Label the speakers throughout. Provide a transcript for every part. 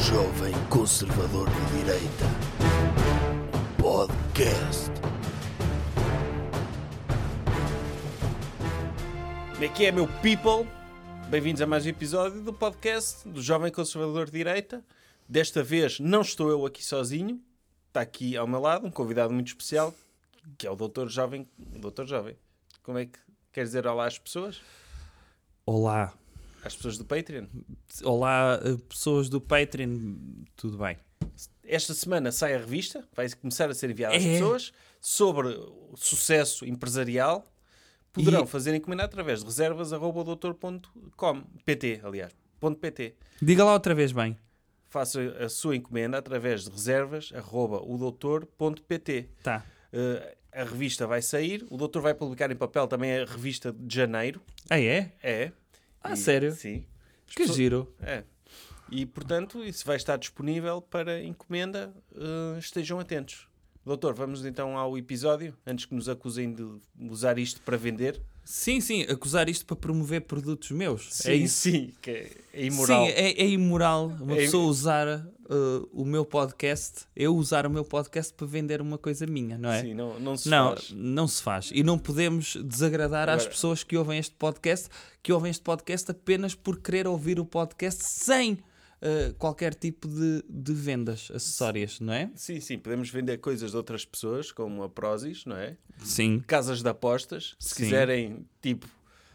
Speaker 1: jovem conservador de direita. Um podcast.
Speaker 2: Como é que é, meu people? Bem-vindos a mais um episódio do podcast do Jovem Conservador de Direita. Desta vez não estou eu aqui sozinho, está aqui ao meu lado um convidado muito especial, que é o Doutor Jovem. Doutor Jovem, como é que queres dizer olá às pessoas?
Speaker 3: Olá,
Speaker 2: Às pessoas do Patreon?
Speaker 3: olá eh, pessoas do Patreon, tudo bem?
Speaker 2: Esta semana sai a revista, vai começar a ser enviada às
Speaker 3: É.
Speaker 2: pessoas, sobre o sucesso empresarial. Poderão
Speaker 3: E-
Speaker 2: fazer encomenda através de reservas.doutor.com, pt, aliás, ponto .pt.
Speaker 3: Diga lá outra vez bem,
Speaker 2: Faça a sua encomenda através de reservas.odoutor.pt.
Speaker 3: tá.
Speaker 2: Eh, a revista vai sair, o doutor vai publicar em papel também a revista de janeiro.
Speaker 3: Ah é?
Speaker 2: É.
Speaker 3: Ah, sério?
Speaker 2: Sim. As
Speaker 3: Que
Speaker 2: pessoas-
Speaker 3: giro.
Speaker 2: É. E portanto, isso vai estar disponível para encomenda. eh, estejam atentos. Doutor, vamos então ao episódio, antes que nos acusem de usar isto para vender.
Speaker 3: Sim, sim, acusar isto para promover produtos meus.
Speaker 2: Sim,
Speaker 3: é isso.
Speaker 2: sim, que é, é imoral.
Speaker 3: Sim, é, é imoral uma
Speaker 2: É im-
Speaker 3: pessoa usar eh, o meu podcast, eu usar o meu podcast para vender uma coisa minha, não é?
Speaker 2: Sim, não, não se
Speaker 3: Não,
Speaker 2: faz.
Speaker 3: não se faz. E não podemos desagradar às
Speaker 2: Agora-
Speaker 3: pessoas que ouvem este podcast, que ouvem este podcast apenas por querer ouvir o podcast sem eh, qualquer tipo de, de vendas acessórias, não é?
Speaker 2: Sim, sim, podemos vender coisas de outras pessoas, como a Prozis, não é?
Speaker 3: Sim.
Speaker 2: Casas de apostas, se
Speaker 3: Sim.
Speaker 2: quiserem, tipo,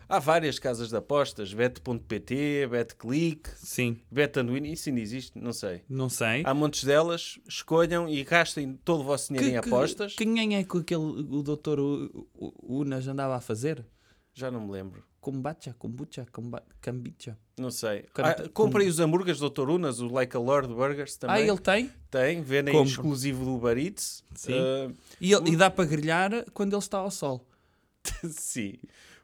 Speaker 2: há várias casas de apostas, bet.pt, betclick,
Speaker 3: Sim.
Speaker 2: betandwin, isso ainda existe, não sei.
Speaker 3: Não sei.
Speaker 2: Há montes delas, escolham e gastem todo o vosso dinheiro em apostas.
Speaker 3: Que, quem é que aquele, o doutor U- U- Unas andava a fazer?
Speaker 2: Já não me lembro,
Speaker 3: Kombacha, kombucha, komba, cambicha.
Speaker 2: não sei.
Speaker 3: Cara,
Speaker 2: Ah,
Speaker 3: tu-
Speaker 2: comprem os hambúrgueres do Dr. Unas, o Like a Lord Burgers também.
Speaker 3: Ah, ele tem?
Speaker 2: Tem, vendem
Speaker 3: Compro.
Speaker 2: exclusivo do Uber Eats.
Speaker 3: Sim.
Speaker 2: Ah,
Speaker 3: E, ele- e dá para grelhar quando ele está ao sol.
Speaker 2: Sim.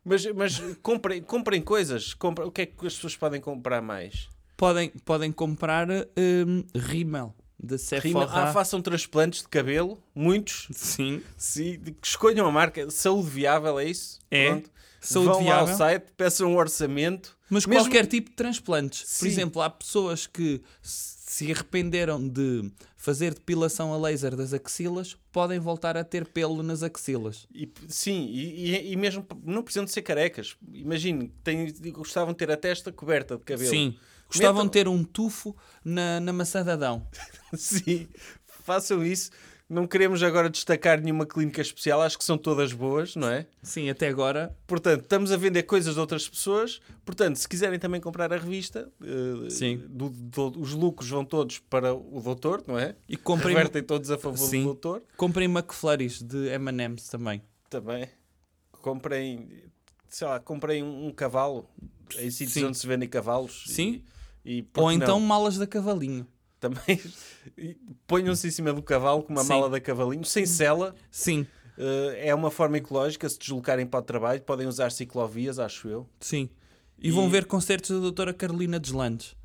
Speaker 2: Mas, mas comprem, comprem coisas. Compre, o que é que as pessoas podem comprar mais?
Speaker 3: Podem, podem comprar hum, rímel da
Speaker 2: Rima- ah,
Speaker 3: Sephora.
Speaker 2: façam transplantes de cabelo. Muitos.
Speaker 3: Sim.
Speaker 2: Sim, de- que escolham a marca. Saúde viável, é isso?
Speaker 3: É. Saúde
Speaker 2: Vão lá ao
Speaker 3: Viável.
Speaker 2: site, peçam um orçamento.
Speaker 3: Mas
Speaker 2: Mesmo-
Speaker 3: qualquer tipo de transplantes.
Speaker 2: Sim.
Speaker 3: Por exemplo, há pessoas que se arrependeram de fazer depilação a laser das axilas, podem voltar a ter pelo nas axilas.
Speaker 2: E, sim, e, e- e mesmo não precisam de ser carecas. Imagine, têm- gostavam de ter a testa coberta de cabelo.
Speaker 3: Gostavam
Speaker 2: Metam-
Speaker 3: de ter um tufo na, na maçã de Adão.
Speaker 2: Sim, façam isso. Não queremos agora destacar nenhuma clínica especial, acho que são todas boas, não é?
Speaker 3: Sim, até agora.
Speaker 2: Portanto, estamos a vender coisas de outras pessoas. Portanto, se quiserem também comprar a revista, eh,
Speaker 3: Sim.
Speaker 2: do- do- os lucros vão todos para o doutor, não é?
Speaker 3: E comprem,
Speaker 2: Revertem todos a favor
Speaker 3: um- Sim.
Speaker 2: do doutor.
Speaker 3: comprem McFlurries de M&M's também.
Speaker 2: Também. Comprem, sei lá, comprem um, um cavalo. Em sítios
Speaker 3: Sim.
Speaker 2: onde se vendem cavalos.
Speaker 3: Sim.
Speaker 2: E, e por
Speaker 3: Ou
Speaker 2: que não?
Speaker 3: então malas da cavalinho.
Speaker 2: Também e ponham-se em cima do cavalo com uma
Speaker 3: Sim.
Speaker 2: mala da cavalinho, sem sela.
Speaker 3: Sim,
Speaker 2: Eh, é uma forma ecológica se deslocarem para o trabalho. Podem usar ciclovias, acho eu.
Speaker 3: sim. E,
Speaker 2: E-
Speaker 3: vão ver concertos da doutora Carolina Deslandes.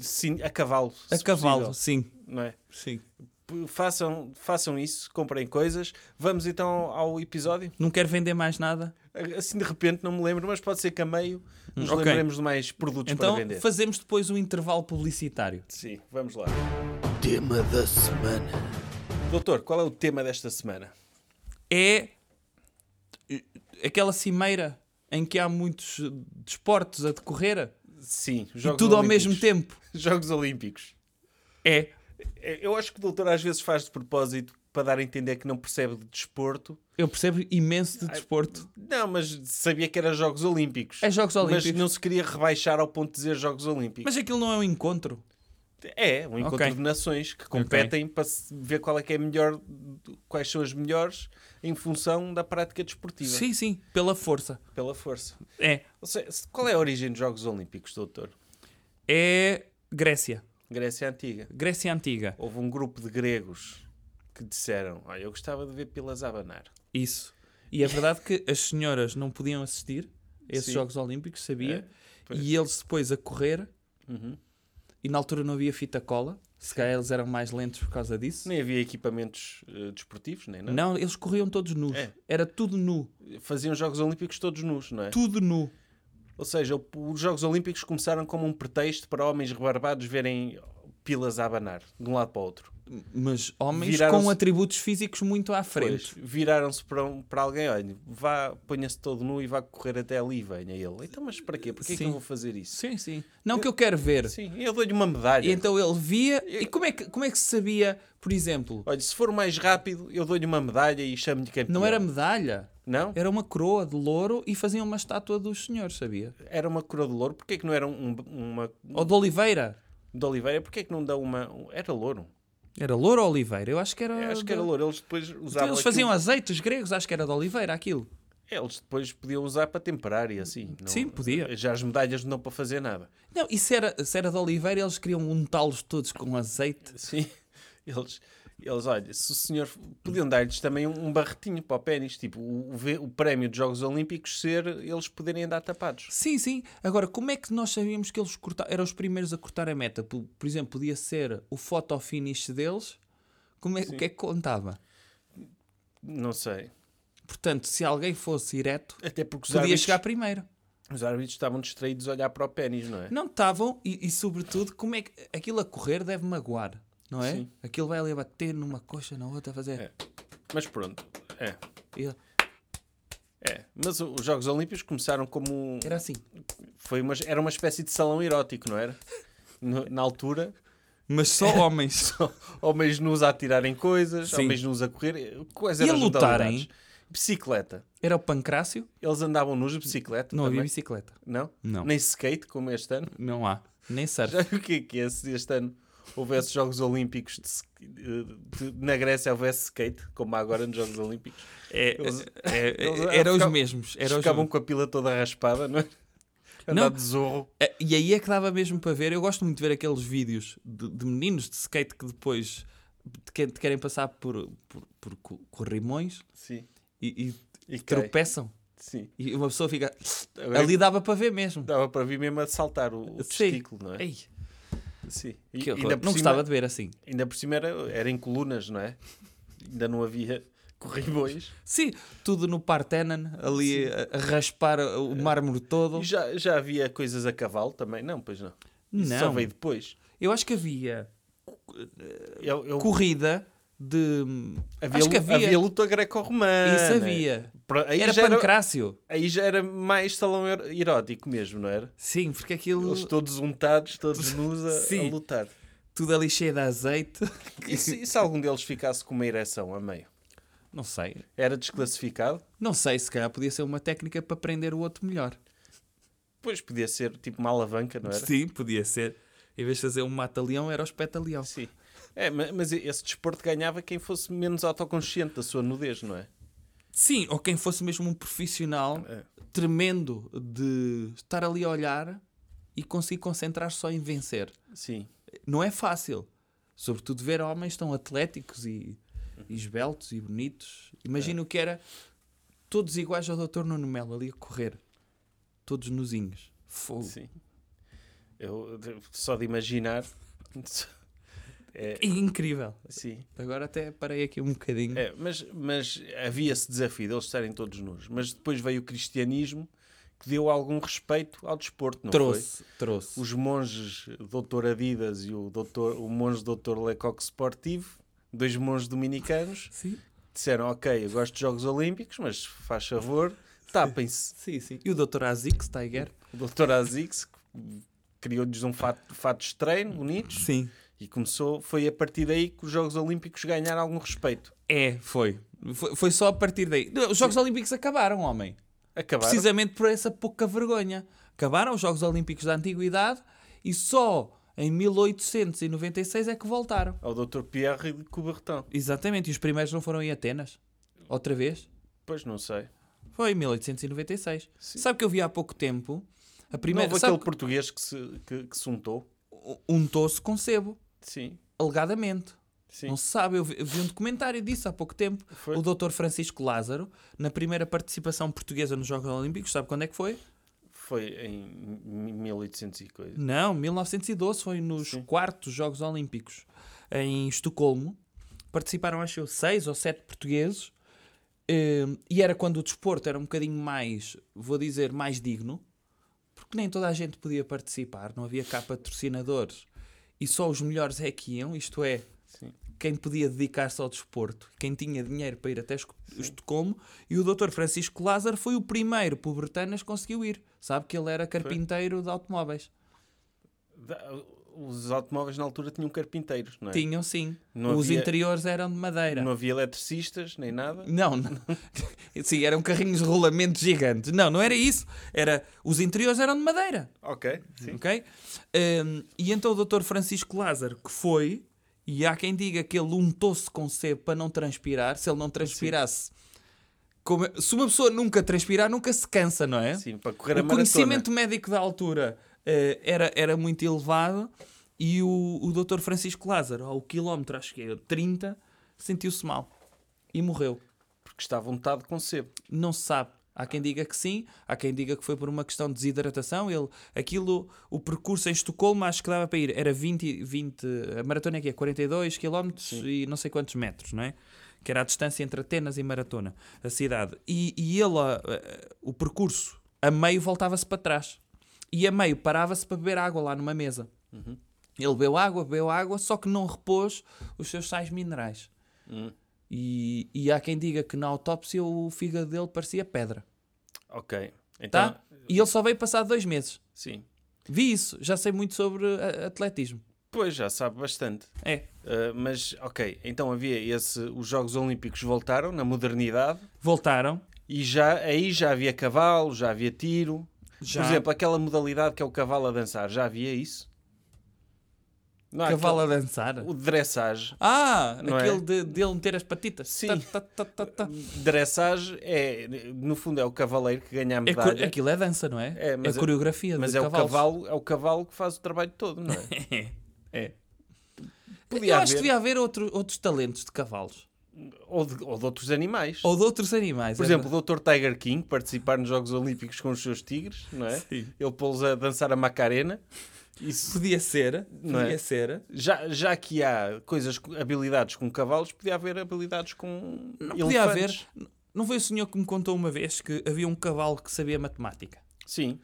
Speaker 2: Sim, a cavalo.
Speaker 3: A
Speaker 2: se
Speaker 3: cavalo,
Speaker 2: possível,
Speaker 3: sim.
Speaker 2: não é?
Speaker 3: Sim.
Speaker 2: P- Façam, façam isso, comprem coisas. Vamos então ao episódio.
Speaker 3: Não quero vender mais nada.
Speaker 2: Assim de repente não me lembro, mas pode ser que a meio nos
Speaker 3: ok.
Speaker 2: lembremos de mais produtos
Speaker 3: Então
Speaker 2: para vender.
Speaker 3: fazemos depois um intervalo publicitário.
Speaker 2: Sim, vamos lá.
Speaker 1: Tema da semana.
Speaker 2: Doutor, qual é o tema desta semana?
Speaker 3: É aquela cimeira em que há muitos eh, desportos a decorrer
Speaker 2: Sim,
Speaker 3: e
Speaker 2: Jogos
Speaker 3: tudo ao
Speaker 2: Olímpicos.
Speaker 3: mesmo tempo.
Speaker 2: Jogos Olímpicos.
Speaker 3: É.
Speaker 2: É, Eu acho que o doutor às vezes faz de propósito para dar a entender que não percebe de desporto.
Speaker 3: Eu percebo imenso de desporto.
Speaker 2: Não, mas sabia que era Jogos Olímpicos.
Speaker 3: É Jogos Olímpicos.
Speaker 2: Mas não se queria rebaixar ao ponto de dizer Jogos Olímpicos.
Speaker 3: Mas aquilo não é um encontro.
Speaker 2: É, um encontro
Speaker 3: Ok.
Speaker 2: de nações que competem para se ver qual é que é a melhor, quais são as melhores em função da prática desportiva,
Speaker 3: Sim, sim, pela força.
Speaker 2: pela força.
Speaker 3: É.
Speaker 2: Ou seja, qual é a origem dos Jogos Olímpicos, doutor?
Speaker 3: É Grécia.
Speaker 2: Grécia é Antiga.
Speaker 3: Grécia Antiga.
Speaker 2: Houve um grupo de gregos que disseram, olha, eu gostava de ver pilas a abanar.
Speaker 3: Isso. E é verdade que as senhoras não podiam assistir a esses
Speaker 2: Sim. É,
Speaker 3: Jogos Olímpicos, sabia?
Speaker 2: pois.
Speaker 3: e eles depois a correr.
Speaker 2: Uhum.
Speaker 3: E na altura não havia fita cola. Se calhar eles eram mais lentos por causa disso.
Speaker 2: Nem havia equipamentos eh, desportivos, nem nada.
Speaker 3: Não, eles corriam todos nus.
Speaker 2: É.
Speaker 3: Era tudo nu.
Speaker 2: Faziam Jogos Olímpicos todos nus, não é?
Speaker 3: Tudo nu.
Speaker 2: Ou seja, o- os Jogos Olímpicos começaram como um pretexto para homens rebarbados verem pilas a abanar de um lado para o outro.
Speaker 3: Mas homens
Speaker 2: Viraram-se-
Speaker 3: com atributos físicos muito à
Speaker 2: Pois,
Speaker 3: frente.
Speaker 2: Viraram-se para, um- para alguém, olha, vá, ponha-se todo nu e vá correr até ali e venha ele. Então, mas para quê? Porquê é que
Speaker 3: Sim.
Speaker 2: eu vou fazer isso?
Speaker 3: Sim, sim. Não que eu quero ver.
Speaker 2: Sim, é. eu dou-lhe uma medalha.
Speaker 3: E então ele via. E como é, que, como é que se sabia, por exemplo?
Speaker 2: Olha, se for mais rápido, eu dou-lhe uma medalha e chamo-lhe campeão.
Speaker 3: Não era medalha,
Speaker 2: Não?
Speaker 3: era uma coroa de louro e faziam uma estátua dos senhores, sabia?
Speaker 2: Era uma coroa de louro. Porquê que não era um, uma
Speaker 3: Ou de Oliveira.
Speaker 2: de Oliveira? Porquê que não dá uma... um, Era louro.
Speaker 3: Era louro ou Oliveira? Eu acho que era.
Speaker 2: Eu É, acho que
Speaker 3: de-
Speaker 2: era louro. Eles depois
Speaker 3: Então
Speaker 2: usavam
Speaker 3: Eles
Speaker 2: aquilo-
Speaker 3: faziam azeite, os gregos, acho que era de Oliveira aquilo.
Speaker 2: Eles depois podiam usar para temperar e assim. Não-
Speaker 3: Sim, podia.
Speaker 2: Já as medalhas não dão para fazer nada.
Speaker 3: Não, e se era, se era de Oliveira, eles queriam untá-los todos com azeite.
Speaker 2: Sim. Eles, eles olha, se o senhor... Podiam dar-lhes também um, um barretinho para o pênis. Tipo, o, o ve- o prémio dos Jogos Olímpicos ser eles poderem andar tapados.
Speaker 3: Sim, sim. Agora, como é que nós sabíamos que eles corta- eram os primeiros a cortar a meta? Por, por exemplo, podia ser o photo finish deles. Como é, o que é que contava?
Speaker 2: Não sei.
Speaker 3: Portanto, se alguém fosse direto,
Speaker 2: Até porque os
Speaker 3: podia
Speaker 2: árbitros,
Speaker 3: chegar primeiro.
Speaker 2: os árbitros estavam distraídos a olhar para o pênis, não é?
Speaker 3: Não estavam, e, e sobretudo, como é que aquilo a correr deve magoar, não é?
Speaker 2: Sim.
Speaker 3: Aquilo vai ali a bater numa coxa, na outra, a fazer.
Speaker 2: É. Mas pronto. É.
Speaker 3: E-
Speaker 2: É, mas o- os Jogos Olímpicos começaram como. um-
Speaker 3: Era assim.
Speaker 2: Foi uma, era uma espécie de salão erótico, não era? No- na altura,
Speaker 3: Mas só homens.
Speaker 2: homens nus a atirarem coisas,
Speaker 3: Sim.
Speaker 2: homens nus a correr. Quais
Speaker 3: E
Speaker 2: eram
Speaker 3: a
Speaker 2: as
Speaker 3: lutarem?
Speaker 2: modalidades? Bicicleta.
Speaker 3: Era o pancrácio?
Speaker 2: Eles andavam nus de bicicleta?
Speaker 3: Não havia
Speaker 2: também?
Speaker 3: bicicleta.
Speaker 2: Não?
Speaker 3: Não.
Speaker 2: Nem skate, como este ano?
Speaker 3: Não há. Nem surf.
Speaker 2: Já viu o que é que é se este ano houvesse Jogos Olímpicos de sk- de- de- na Grécia houvesse skate, como há agora nos Jogos Olímpicos?
Speaker 3: É,
Speaker 2: Eles-
Speaker 3: é, é,
Speaker 2: eles
Speaker 3: era os
Speaker 2: ficavam-
Speaker 3: mesmos. Era os
Speaker 2: Ficavam com a pila toda raspada, não é?
Speaker 3: Não.
Speaker 2: Andar de zorro.
Speaker 3: É, E aí é que dava mesmo para ver. Eu gosto muito de ver aqueles vídeos de, de meninos de skate que depois te, que- te querem passar por, por, por co- corrimões
Speaker 2: Sim.
Speaker 3: e, e
Speaker 2: E cai.
Speaker 3: tropeçam.
Speaker 2: Sim.
Speaker 3: E uma pessoa fica.
Speaker 2: Agora
Speaker 3: Ali dava para ver mesmo.
Speaker 2: Dava para vir mesmo a saltar o, o
Speaker 3: Sim.
Speaker 2: testículo, não é?
Speaker 3: Ei,
Speaker 2: Sim. E,
Speaker 3: que horror.
Speaker 2: ainda, por
Speaker 3: Não
Speaker 2: cima,
Speaker 3: gostava de ver assim.
Speaker 2: ainda por cima era, era em colunas, não é? Ainda não havia corrimões.
Speaker 3: Sim, tudo no Partenon, ali a, a raspar o mármore todo.
Speaker 2: E já, já havia coisas a cavalo também? Não, pois não. Isso
Speaker 3: Não.
Speaker 2: só veio depois.
Speaker 3: Eu acho que havia
Speaker 2: Eu, eu-
Speaker 3: corrida de. hum,
Speaker 2: havia,
Speaker 3: acho que
Speaker 2: lu-
Speaker 3: havia.
Speaker 2: luta greco-romana.
Speaker 3: Isso havia.
Speaker 2: Pra- Aí,
Speaker 3: Era
Speaker 2: já era,
Speaker 3: pancrácio.
Speaker 2: aí já era mais salão er- erótico mesmo, não era?
Speaker 3: Sim, porque aquilo.
Speaker 2: Eles todos untados, todos nus a, a
Speaker 3: Sim.
Speaker 2: lutar.
Speaker 3: Tudo ali cheio de azeite.
Speaker 2: E se, e se algum deles ficasse com uma ereção a meio?
Speaker 3: Não sei.
Speaker 2: Era desclassificado?
Speaker 3: Não sei, se calhar podia ser uma técnica para prender o outro melhor.
Speaker 2: Pois podia ser tipo uma alavanca, não era?
Speaker 3: Sim, podia ser. Em vez de fazer um mata-leão, era o espeta-leão.
Speaker 2: Sim. É, ma- mas esse desporto ganhava quem fosse menos autoconsciente da sua nudez, não é?
Speaker 3: Sim, ou quem fosse mesmo um profissional
Speaker 2: É.
Speaker 3: tremendo de estar ali a olhar e conseguir concentrar só em vencer.
Speaker 2: Sim.
Speaker 3: Não é fácil. Sobretudo ver homens tão atléticos e, e esbeltos e bonitos.
Speaker 2: É.
Speaker 3: Imagino que era todos iguais ao Dr. Nuno Melo ali a correr. Todos nozinhos. Fogo.
Speaker 2: Sim. Eu de- só de imaginar. É,
Speaker 3: É incrível.
Speaker 2: sim.
Speaker 3: Agora até parei aqui um bocadinho.
Speaker 2: É, mas, mas havia esse desafio de eles estarem todos nus. Mas depois veio o cristianismo que deu algum respeito ao desporto, não foi?
Speaker 3: trouxe, trouxe.
Speaker 2: Os monges Dr. Adidas e o, doutor, o monge Dr. Lecoq Sportivo, dois monges dominicanos,
Speaker 3: Sim,
Speaker 2: disseram: Ok, eu gosto de Jogos Olímpicos, mas faz favor, tapem-se.
Speaker 3: sim, sim. E o Dr. Azix Tiger?
Speaker 2: O Dr. Azix criou-lhes um fato, fatos de treino bonitos
Speaker 3: Sim.
Speaker 2: e começou. Foi a partir daí que os Jogos Olímpicos ganharam algum respeito.
Speaker 3: É, foi. foi. Foi só a partir daí. Não, Os Jogos Olímpicos acabaram, homem.
Speaker 2: Acabaram.
Speaker 3: Precisamente por essa pouca vergonha. Acabaram os Jogos Olímpicos da Antiguidade e só em 1896 é que voltaram.
Speaker 2: Ao Dr. Pierre de Coubertin.
Speaker 3: Exatamente. E os primeiros não foram em Atenas? Outra vez?
Speaker 2: Pois não sei.
Speaker 3: Foi em 1896. Sabe que eu vi há pouco tempo a primeira...
Speaker 2: não houve
Speaker 3: sabe
Speaker 2: aquele português que se, que, que se untou?
Speaker 3: que- um tosse com sebo.
Speaker 2: Sim,
Speaker 3: Alegadamente.
Speaker 2: sim.
Speaker 3: Não se sabe, eu vi, eu vi um documentário disso há pouco tempo.
Speaker 2: Foi?
Speaker 3: O Dr. Francisco Lázaro, na primeira participação portuguesa nos Jogos Olímpicos, sabe quando é que foi?
Speaker 2: Foi em 1800 e coisa.
Speaker 3: Não, 1912, foi nos
Speaker 2: Sim.
Speaker 3: quartos Jogos Olímpicos em Estocolmo. Participaram, acho eu, seis ou sete portugueses. Hum, E era quando o desporto era um bocadinho mais, vou dizer, mais digno, porque nem toda a gente podia participar, não havia cá patrocinadores. e só os melhores é que iam, isto é,
Speaker 2: Sim.
Speaker 3: quem podia dedicar-se ao desporto, quem tinha dinheiro para ir até Esco- Estocolmo, e o Dr. Francisco Lázaro foi o primeiro pobretanas que conseguiu ir. Sabe que ele era carpinteiro de automóveis.
Speaker 2: Da- Os automóveis na altura tinham carpinteiros, não é?
Speaker 3: Tinham sim.
Speaker 2: Não
Speaker 3: Os
Speaker 2: havia-
Speaker 3: interiores eram de madeira.
Speaker 2: Não havia eletricistas nem nada.
Speaker 3: Não, não. sim, eram carrinhos de rolamento gigantes. Não, não era isso. Era os interiores eram de madeira,
Speaker 2: Ok, sim.
Speaker 3: ok? Hum, e então o Dr. Francisco Lázaro, que foi, e há quem diga que ele untou-se com sebo para não transpirar, se ele não transpirasse. como é- se uma pessoa nunca transpirar, nunca se cansa, não é?
Speaker 2: Sim, para correr a
Speaker 3: o
Speaker 2: maratona.
Speaker 3: conhecimento médico da altura eh, era, era muito elevado e o, o Dr. Francisco Lázaro, ao quilómetro, acho que é 30, sentiu-se mal e morreu.
Speaker 2: Porque estava untado com sebo.
Speaker 3: Não se sabe. Há quem diga que sim, há quem diga que foi por uma questão de desidratação. Ele, aquilo, o percurso em Estocolmo, acho que dava para ir. Era 20, e- 20 a maratona é que é 42 km e não sei quantos metros, não é? Que era a distância entre Atenas e Maratona, a cidade. E, e ele, ah, ah, o percurso, a meio voltava-se para trás. E a meio parava-se para beber água lá numa mesa. Ele bebeu água, bebeu água, só que não repôs os seus sais minerais. E, e há quem diga que na autópsia o fígado dele parecia pedra.
Speaker 2: Ok. Então,
Speaker 3: Tá? E ele só veio passar dois meses.
Speaker 2: sim.
Speaker 3: Vi isso, já sei muito sobre a- atletismo.
Speaker 2: Pois, já sabe bastante.
Speaker 3: É,
Speaker 2: Uh, mas, ok, então havia esse... Os Jogos Olímpicos voltaram na modernidade
Speaker 3: voltaram.
Speaker 2: e já, aí já havia cavalo, já havia tiro.
Speaker 3: Já.
Speaker 2: Por exemplo, aquela modalidade que é o cavalo a dançar, já havia isso? Não há
Speaker 3: Cavalo a dançar.
Speaker 2: aquele- O dressage.
Speaker 3: então Ah,
Speaker 2: Não é?
Speaker 3: aquele de, dele meter as patitas.
Speaker 2: Sim.
Speaker 3: Tá, tá, tá, tá, tá.
Speaker 2: Dressage é, no fundo, é o cavaleiro que ganha a
Speaker 3: É cor-
Speaker 2: medalha.
Speaker 3: aquilo é dança, não é?
Speaker 2: É, mas é-
Speaker 3: coreografia de
Speaker 2: mas é o,
Speaker 3: cavalos.
Speaker 2: cavalo, é o cavalo que faz o trabalho todo, não é?
Speaker 3: É.
Speaker 2: Podia
Speaker 3: Eu acho que
Speaker 2: haver.
Speaker 3: devia haver outro- outros talentos de cavalos.
Speaker 2: Ou de, ou de outros animais.
Speaker 3: Ou de outros animais.
Speaker 2: Por
Speaker 3: é
Speaker 2: exemplo, o Dr. Tiger King participar nos Jogos Olímpicos com os seus tigres, não é?
Speaker 3: Sim.
Speaker 2: Ele pôs a dançar a Macarena.
Speaker 3: verdade. podia ser.
Speaker 2: Não é?
Speaker 3: Podia ser.
Speaker 2: Já, já que há coisas, co- habilidades com cavalos, podia haver habilidades com
Speaker 3: Não
Speaker 2: elefantes.
Speaker 3: podia haver. Não foi o senhor que me contou uma vez que havia um cavalo que sabia matemática?
Speaker 2: Sim.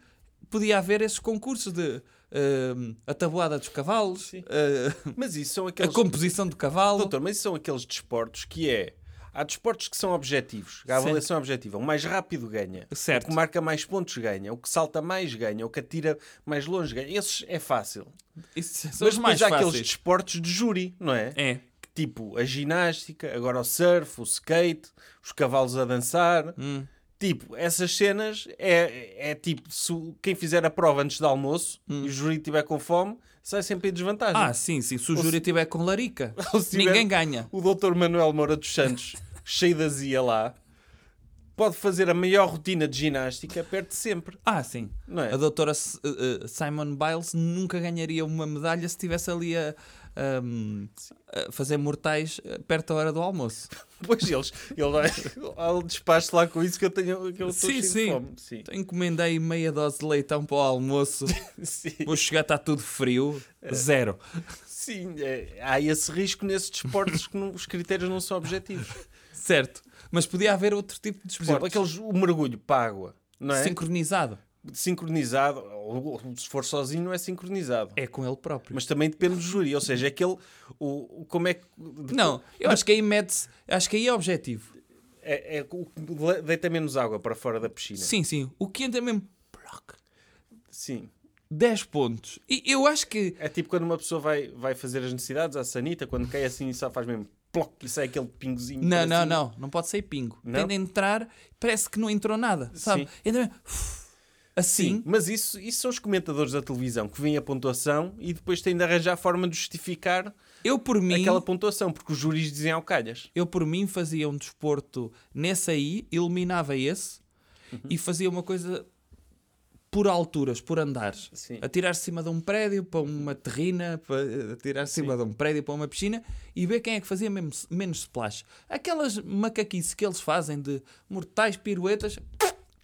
Speaker 3: Podia haver esses concursos de ahm, a tabuada dos cavalos,
Speaker 2: Sim.
Speaker 3: ah,
Speaker 2: Mas isso são
Speaker 3: a
Speaker 2: aqueles...
Speaker 3: composição do cavalo.
Speaker 2: Doutor, mas isso são aqueles desportos que é... Há desportos que são objetivos. A
Speaker 3: Sim.
Speaker 2: avaliação é objetiva. O mais rápido ganha.
Speaker 3: Certo.
Speaker 2: O que marca mais pontos ganha. O que salta mais ganha. O que atira mais longe ganha. Esses é fácil.
Speaker 3: Isso são
Speaker 2: Mas
Speaker 3: os mais
Speaker 2: depois há aqueles
Speaker 3: fáceis.
Speaker 2: desportos de júri, não é?
Speaker 3: É.
Speaker 2: Tipo a ginástica, agora o surf, o skate, os cavalos a dançar.
Speaker 3: Hum.
Speaker 2: Tipo, essas cenas é, é tipo, se o- quem fizer a prova antes do almoço e o júri estiver com fome, sai sempre em desvantagem.
Speaker 3: Hum. Ah, sim, sim. Se o júri estiver com larica,
Speaker 2: Ou se tiver-
Speaker 3: ninguém ganha.
Speaker 2: O doutor Manuel Moura dos Santos, cheio de azia lá, pode fazer a maior rotina de ginástica, perde sempre.
Speaker 3: Ah, sim.
Speaker 2: Não é?
Speaker 3: A doutora S- eh, eh, Simon Biles nunca ganharia uma medalha se estivesse ali a, ahm, a fazer mortais eh, perto da hora do almoço.
Speaker 2: Pois eles, ele, ele despacha lá com isso que eu tenho que eu estou cheio
Speaker 3: Sim,
Speaker 2: de
Speaker 3: sim.
Speaker 2: fome. Sim,
Speaker 3: Então, encomendei meia dose de leitão para o almoço.
Speaker 2: sim.
Speaker 3: Vou chegar, está tudo frio.
Speaker 2: É.
Speaker 3: Zero.
Speaker 2: Sim, é, há esse risco nesses desportos que não- os critérios não são objetivos.
Speaker 3: Certo. Mas podia haver outro tipo de
Speaker 2: Por exemplo,
Speaker 3: esporte
Speaker 2: aqueles, o mergulho para a água, não é?
Speaker 3: sincronizado.
Speaker 2: Sincronizado, ou, ou se for sozinho, não é sincronizado.
Speaker 3: É com ele próprio.
Speaker 2: Mas também depende do júri, ou seja, é aquele. O, o- como é que.
Speaker 3: não, eu acho que aí mede-se. Acho que aí é objetivo.
Speaker 2: É, é o que le- deita menos água para fora da piscina.
Speaker 3: Sim, sim. O que entra mesmo. Block.
Speaker 2: Sim.
Speaker 3: 10 pontos. E eu acho que.
Speaker 2: É tipo quando uma pessoa vai, vai fazer as necessidades à sanita, quando cai assim e só faz mesmo ploc e sai aquele pingozinho.
Speaker 3: Não,
Speaker 2: parece
Speaker 3: não,
Speaker 2: um-
Speaker 3: não. Não pode ser pingo.
Speaker 2: Não?
Speaker 3: Tem de entrar. Parece que não entrou nada. Sabe?
Speaker 2: Sim.
Speaker 3: Entra mesmo, uf,
Speaker 2: Sim,
Speaker 3: Assim.
Speaker 2: mas isso, isso são os comentadores da televisão que vêm a pontuação e depois têm de arranjar a forma de justificar
Speaker 3: Eu por mim.
Speaker 2: aquela pontuação, porque os júris dizem ao calhas.
Speaker 3: Eu, por mim, fazia um desporto nesse aí, eliminava esse
Speaker 2: Uhum.
Speaker 3: e fazia uma coisa por alturas, por andares.
Speaker 2: Sim.
Speaker 3: Atirar-se de cima de um prédio para uma terrina, para- atirar-se de cima de um prédio para uma piscina e ver quem é que fazia mesmo- menos splash. Aquelas macaquices que eles fazem de mortais piruetas,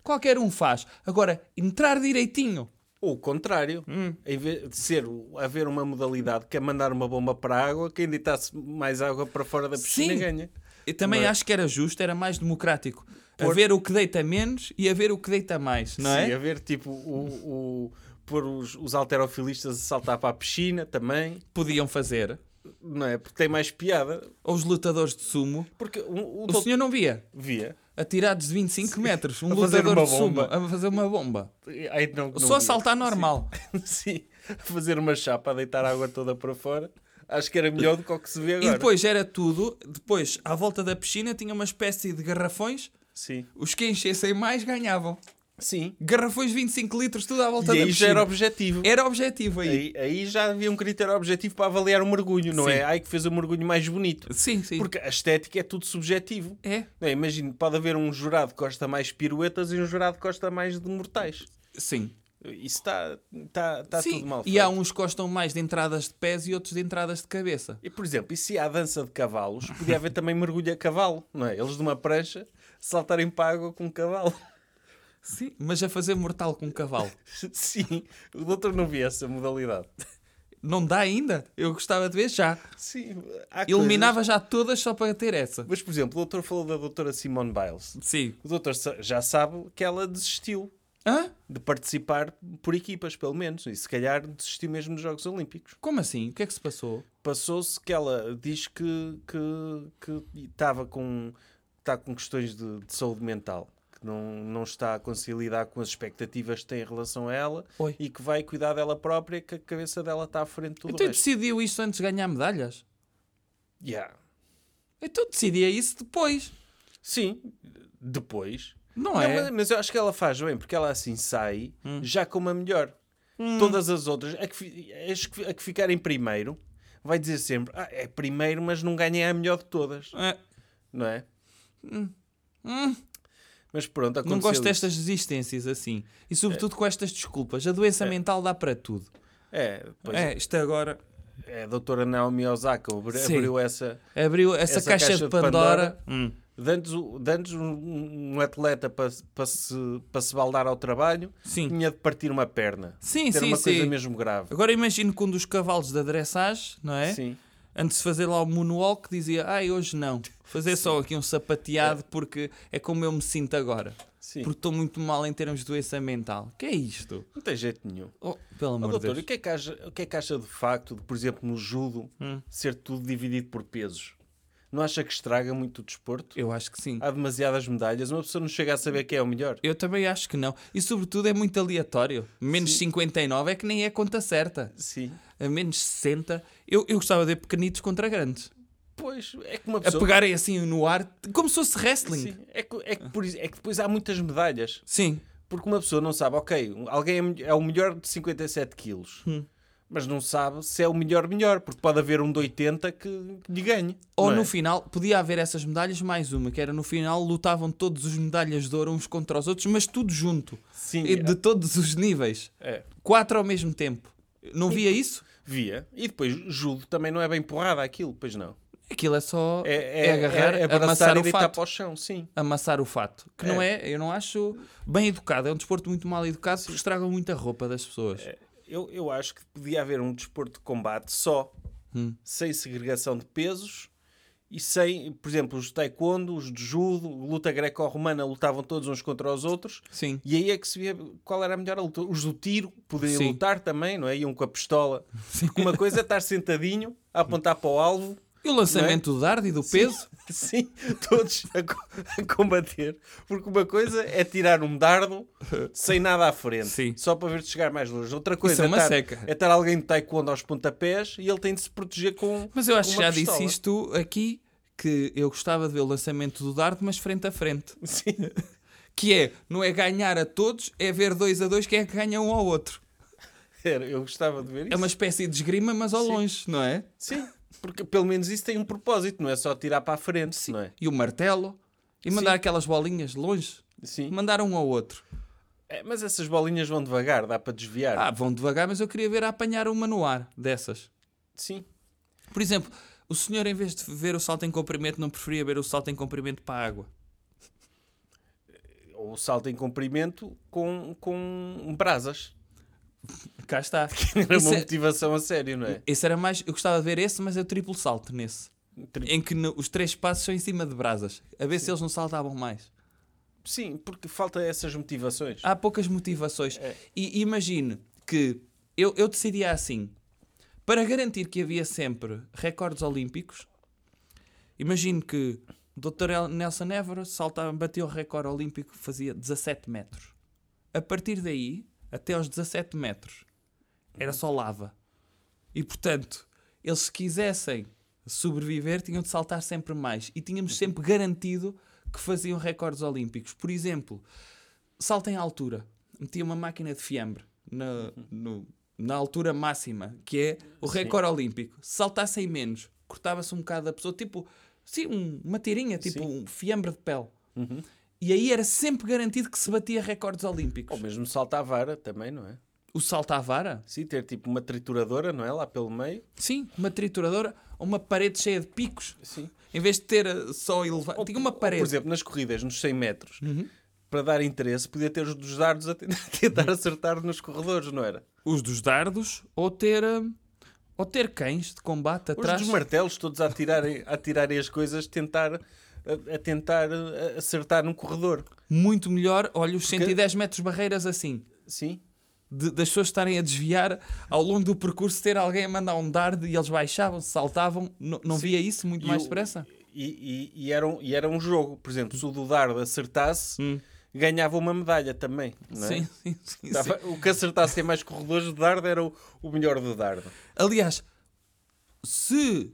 Speaker 3: qualquer um faz. Agora, entrar direitinho.
Speaker 2: Ou o contrário,
Speaker 3: Hum.
Speaker 2: em vez de ser o- haver uma modalidade que é mandar uma bomba para a água, quem deitasse mais água para fora da piscina
Speaker 3: Sim.
Speaker 2: ganha.
Speaker 3: Eu também
Speaker 2: Não é?
Speaker 3: acho que era justo, era mais democrático.
Speaker 2: Por-
Speaker 3: Haver o que deita menos e haver o que deita mais, não
Speaker 2: Sim,
Speaker 3: é?
Speaker 2: haver tipo o, o pôr os, os alterofilistas a saltar para a piscina também,
Speaker 3: Podiam fazer.
Speaker 2: não é? Porque tem mais piada.
Speaker 3: Ou os lutadores de sumo.
Speaker 2: Porque o, o
Speaker 3: O
Speaker 2: doutor-
Speaker 3: senhor não via?
Speaker 2: via.
Speaker 3: Atirados de 25 metros. Um
Speaker 2: A fazer
Speaker 3: lutador
Speaker 2: uma
Speaker 3: de sumo
Speaker 2: bomba.
Speaker 3: a fazer uma bomba.
Speaker 2: Aí não, não
Speaker 3: Só
Speaker 2: via.
Speaker 3: a saltar normal.
Speaker 2: Sim, a fazer uma chapa, a deitar a água toda para fora. Acho que era melhor do que o que se vê agora.
Speaker 3: E depois era tudo. Depois, à volta da piscina, tinha uma espécie de garrafões.
Speaker 2: Sim.
Speaker 3: Os que enchessem mais ganhavam.
Speaker 2: Sim.
Speaker 3: Garrafões de 25 litros, tudo à volta
Speaker 2: E
Speaker 3: da
Speaker 2: aí já
Speaker 3: piscina.
Speaker 2: era objetivo.
Speaker 3: Era objetivo aí.
Speaker 2: Aí, aí já havia um critério objetivo para avaliar o mergulho, não
Speaker 3: Sim.
Speaker 2: é? Ai que fez o mergulho mais bonito.
Speaker 3: Sim, sim.
Speaker 2: Porque a estética é tudo subjetivo.
Speaker 3: É.
Speaker 2: Não é? Imagino, pode haver um jurado que gosta mais de piruetas e um jurado que gosta mais de mortais.
Speaker 3: Sim.
Speaker 2: Isso está tá, tá
Speaker 3: Sim,
Speaker 2: tudo mal.
Speaker 3: E há um-
Speaker 2: feito.
Speaker 3: uns que gostam mais de entradas de pés e outros de entradas de cabeça.
Speaker 2: E, por exemplo, e se há dança de cavalos, podia haver também mergulho a cavalo, não é? Eles de uma prancha saltarem para a água com um cavalo.
Speaker 3: Sim. Mas a fazer mortal com um cavalo.
Speaker 2: Sim, o doutor não via essa modalidade.
Speaker 3: Não dá ainda? Eu gostava de ver já.
Speaker 2: Sim, há
Speaker 3: Eliminava já todas só para ter essa.
Speaker 2: coisas- Mas, por exemplo, o doutor falou da doutora Simone Biles.
Speaker 3: Sim.
Speaker 2: O doutor sa- já sabe que ela desistiu
Speaker 3: Hã?
Speaker 2: de participar por equipas, pelo menos, e se calhar desistiu mesmo dos Jogos Olímpicos.
Speaker 3: Como assim? O que é que se passou?
Speaker 2: Passou-se que ela diz que que que estava com está com questões de, de saúde mental, que não não está a conseguir lidar com as expectativas que tem em relação a ela
Speaker 3: Oi.
Speaker 2: e que vai cuidar dela própria, que a cabeça dela está à frente de tudo
Speaker 3: então
Speaker 2: o resto.
Speaker 3: decidiu isso antes de ganhar medalhas?
Speaker 2: Yeah.
Speaker 3: Então decidia isso depois.
Speaker 2: Sim, depois.
Speaker 3: Não,
Speaker 2: Não,
Speaker 3: é? Hum.
Speaker 2: mas, mas eu acho que ela faz bem, porque ela assim sai já com uma melhor. Todas as outras, a que, fi- as que- a que ficar em primeiro, vai dizer sempre: "Ah, é primeiro, mas não ganhei a melhor de todas,
Speaker 3: É.
Speaker 2: não é?
Speaker 3: Hum,
Speaker 2: Mas pronto,
Speaker 3: não
Speaker 2: aconteceu.
Speaker 3: gosto
Speaker 2: isso.
Speaker 3: destas desistências assim. E sobretudo com estas desculpas. A doença mental dá para tudo.
Speaker 2: É, pois é.
Speaker 3: é, isto agora.
Speaker 2: a doutora Naomi Osaka abri-
Speaker 3: Sim.
Speaker 2: abriu essa.
Speaker 3: Abriu essa,
Speaker 2: Essa
Speaker 3: caixa,
Speaker 2: caixa
Speaker 3: de
Speaker 2: de
Speaker 3: Pandora.
Speaker 2: Pandora.
Speaker 3: Hum.
Speaker 2: Dantes, o- dantes um, um atleta para pa se, pa se baldar ao trabalho
Speaker 3: Sim.
Speaker 2: tinha de partir uma perna.
Speaker 3: Sim,
Speaker 2: Ter
Speaker 3: sim,
Speaker 2: uma coisa
Speaker 3: sim.
Speaker 2: mesmo grave.
Speaker 3: Agora imagino que um dos cavalos da dressage, não é?
Speaker 2: Sim.
Speaker 3: Antes de fazer lá o moonwalk, dizia: Ai, hoje não. Fazer só aqui um sapateado porque é como eu me sinto agora.
Speaker 2: Sim.
Speaker 3: Porque estou muito mal em termos de doença mental. Que é isto?
Speaker 2: Não tem jeito nenhum.
Speaker 3: Oh, pelo
Speaker 2: Ó,
Speaker 3: amor de
Speaker 2: doutor,
Speaker 3: Deus.
Speaker 2: o que, é que acha, o que é que acha de facto de, por exemplo, no judo
Speaker 3: Hum.
Speaker 2: ser tudo dividido por pesos? Não acha que estraga muito o desporto?
Speaker 3: Eu acho que sim.
Speaker 2: Há demasiadas medalhas, uma pessoa não chega a saber quem é o melhor.
Speaker 3: Eu também acho que não. E sobretudo é muito aleatório. Menos 59 é que nem é conta certa.
Speaker 2: Sim.
Speaker 3: A menos 60. Eu, eu gostava de ver pequenitos contra grandes.
Speaker 2: Pois, é que uma
Speaker 3: A
Speaker 2: pessoa...
Speaker 3: pegarem assim no ar, como se fosse wrestling.
Speaker 2: Sim, é, que, é, que por isso- é que depois há muitas medalhas.
Speaker 3: Sim.
Speaker 2: Porque uma pessoa não sabe, ok, alguém é melho- é, o melhor de 57 quilos.
Speaker 3: Hum.
Speaker 2: Mas não sabe se é o melhor melhor, porque pode haver um de 80 que lhe ganhe.
Speaker 3: Ou
Speaker 2: não
Speaker 3: no
Speaker 2: é?
Speaker 3: final, podia haver essas medalhas, mais uma, que era no final lutavam todos os medalhas de ouro uns contra os outros, mas tudo junto.
Speaker 2: Sim,
Speaker 3: E de todos os níveis.
Speaker 2: é.
Speaker 3: Quatro ao mesmo tempo. Não via isso?
Speaker 2: Via. E depois, judo também não é bem porrada aquilo, pois não.
Speaker 3: Aquilo é só
Speaker 2: É,
Speaker 3: é, agarrar,
Speaker 2: é
Speaker 3: amassar
Speaker 2: e
Speaker 3: o
Speaker 2: deitar
Speaker 3: fato.
Speaker 2: para o chão, sim.
Speaker 3: Amassar o fato. Que não é, eu não acho bem educado. É um desporto muito mal educado porque estragam muito a roupa das pessoas.
Speaker 2: É. Eu, eu acho que podia haver um desporto de combate só,
Speaker 3: Hum.
Speaker 2: sem segregação de pesos e sem, por exemplo, os de taekwondo, os de judo, luta greco-romana, lutavam todos uns contra os outros.
Speaker 3: Sim.
Speaker 2: E aí é que se via qual era a melhor luta. Os do tiro poderiam
Speaker 3: Sim.
Speaker 2: lutar também, não é? Iam com a pistola. Porque uma coisa é estar sentadinho, a apontar para o alvo,
Speaker 3: E o lançamento do dardo e do peso?
Speaker 2: é? Sim, todos a, co- a combater. Porque uma coisa é tirar um dardo sem nada à frente,
Speaker 3: Sim.
Speaker 2: só para ver-te chegar mais longe. Outra coisa
Speaker 3: Isso é uma
Speaker 2: estar,
Speaker 3: seca.
Speaker 2: é estar alguém de taekwondo aos pontapés e ele tem de se proteger com. um-
Speaker 3: Mas eu acho
Speaker 2: com
Speaker 3: que
Speaker 2: uma
Speaker 3: já
Speaker 2: pistola.
Speaker 3: disse isto aqui, que eu gostava de ver o lançamento do dardo, mas frente a frente.
Speaker 2: Sim.
Speaker 3: Que é, não é ganhar a todos, é ver dois a dois quem é que ganha um ao outro.
Speaker 2: Era, eu gostava de ver isso.
Speaker 3: É uma espécie de esgrima, mas ao longe, não é?
Speaker 2: Sim, porque pelo menos isso tem um propósito, não é só tirar para a frente, não é?
Speaker 3: E o martelo. E mandar aquelas bolinhas longe.
Speaker 2: Sim.
Speaker 3: Mandar um ao outro.
Speaker 2: É, mas essas bolinhas vão devagar, dá para desviar.
Speaker 3: Ah, vão devagar, mas eu queria ver a apanhar uma no ar dessas.
Speaker 2: Sim.
Speaker 3: Por exemplo, o senhor, em vez de ver o salto em comprimento, não preferia ver o salto em comprimento para a água.
Speaker 2: Ou salto em comprimento com, com brasas.
Speaker 3: Cá está.
Speaker 2: Era
Speaker 3: Isso
Speaker 2: uma
Speaker 3: é-
Speaker 2: motivação a sério, não é?
Speaker 3: Esse era mais. Eu gostava de ver esse, mas é o triplo salto nesse.
Speaker 2: Tri-
Speaker 3: Em que no- os três passos são em cima de brasas. A ver se eles não saltavam mais. Ah,
Speaker 2: Sim, porque falta essas motivações.
Speaker 3: Há poucas motivações. E imagine que eu, eu decidia assim: para garantir que havia sempre recordes olímpicos, imagino que o Dr. El- Nelson Everest saltava, bateu o recorde olímpico que fazia 17 metros. A partir daí, até aos 17 metros, era só lava. E portanto, eles se quisessem sobreviver, tinham de saltar sempre mais. E tínhamos sempre garantido que faziam recordes olímpicos. Por exemplo, salta em altura. Metia uma máquina de fiambre na, no- na altura máxima, que é o recorde olímpico. Se saltassem menos, cortava-se um bocado da pessoa, tipo, sim, um- uma tirinha, tipo um fiambre de pele. E aí era sempre garantido que se batia recordes olímpicos.
Speaker 2: Ou mesmo salta à vara também, não é?
Speaker 3: O salto à vara?
Speaker 2: Sim, ter tipo uma trituradora, não é? Lá pelo meio.
Speaker 3: Sim, uma trituradora, uma parede cheia de picos.
Speaker 2: Sim.
Speaker 3: Em vez de ter eh, só elevado. Tinha uma parede. Uhum.
Speaker 2: Por exemplo, nas corridas, nos 100 metros, para dar interesse, podia ter os dos dardos a tentar, tentar acertar nos corredores, não era?
Speaker 3: os dos dardos ou ter hum, ou ter cães de combate
Speaker 2: Os
Speaker 3: atrás
Speaker 2: dos martelos todos a atirarem, a atirarem as coisas, tentar, a, a tentar uh, acertar num corredor.
Speaker 3: muito melhor olha os 110 metros barreiras assim
Speaker 2: Sim.
Speaker 3: de- das pessoas estarem a desviar ao longo do percurso ter alguém a mandar um dardo e eles baixavam saltavam não, não via isso muito
Speaker 2: E
Speaker 3: mais
Speaker 2: o-
Speaker 3: depressa
Speaker 2: E, e, e era um, e era um jogo, por exemplo, se o do dardo acertasse, ganhava uma medalha também. Não é?
Speaker 3: Hum. sim, sim, sim, sim.
Speaker 2: Tava- O que acertasse em mais corredores de dardo era o, o melhor do dardo.
Speaker 3: aliás se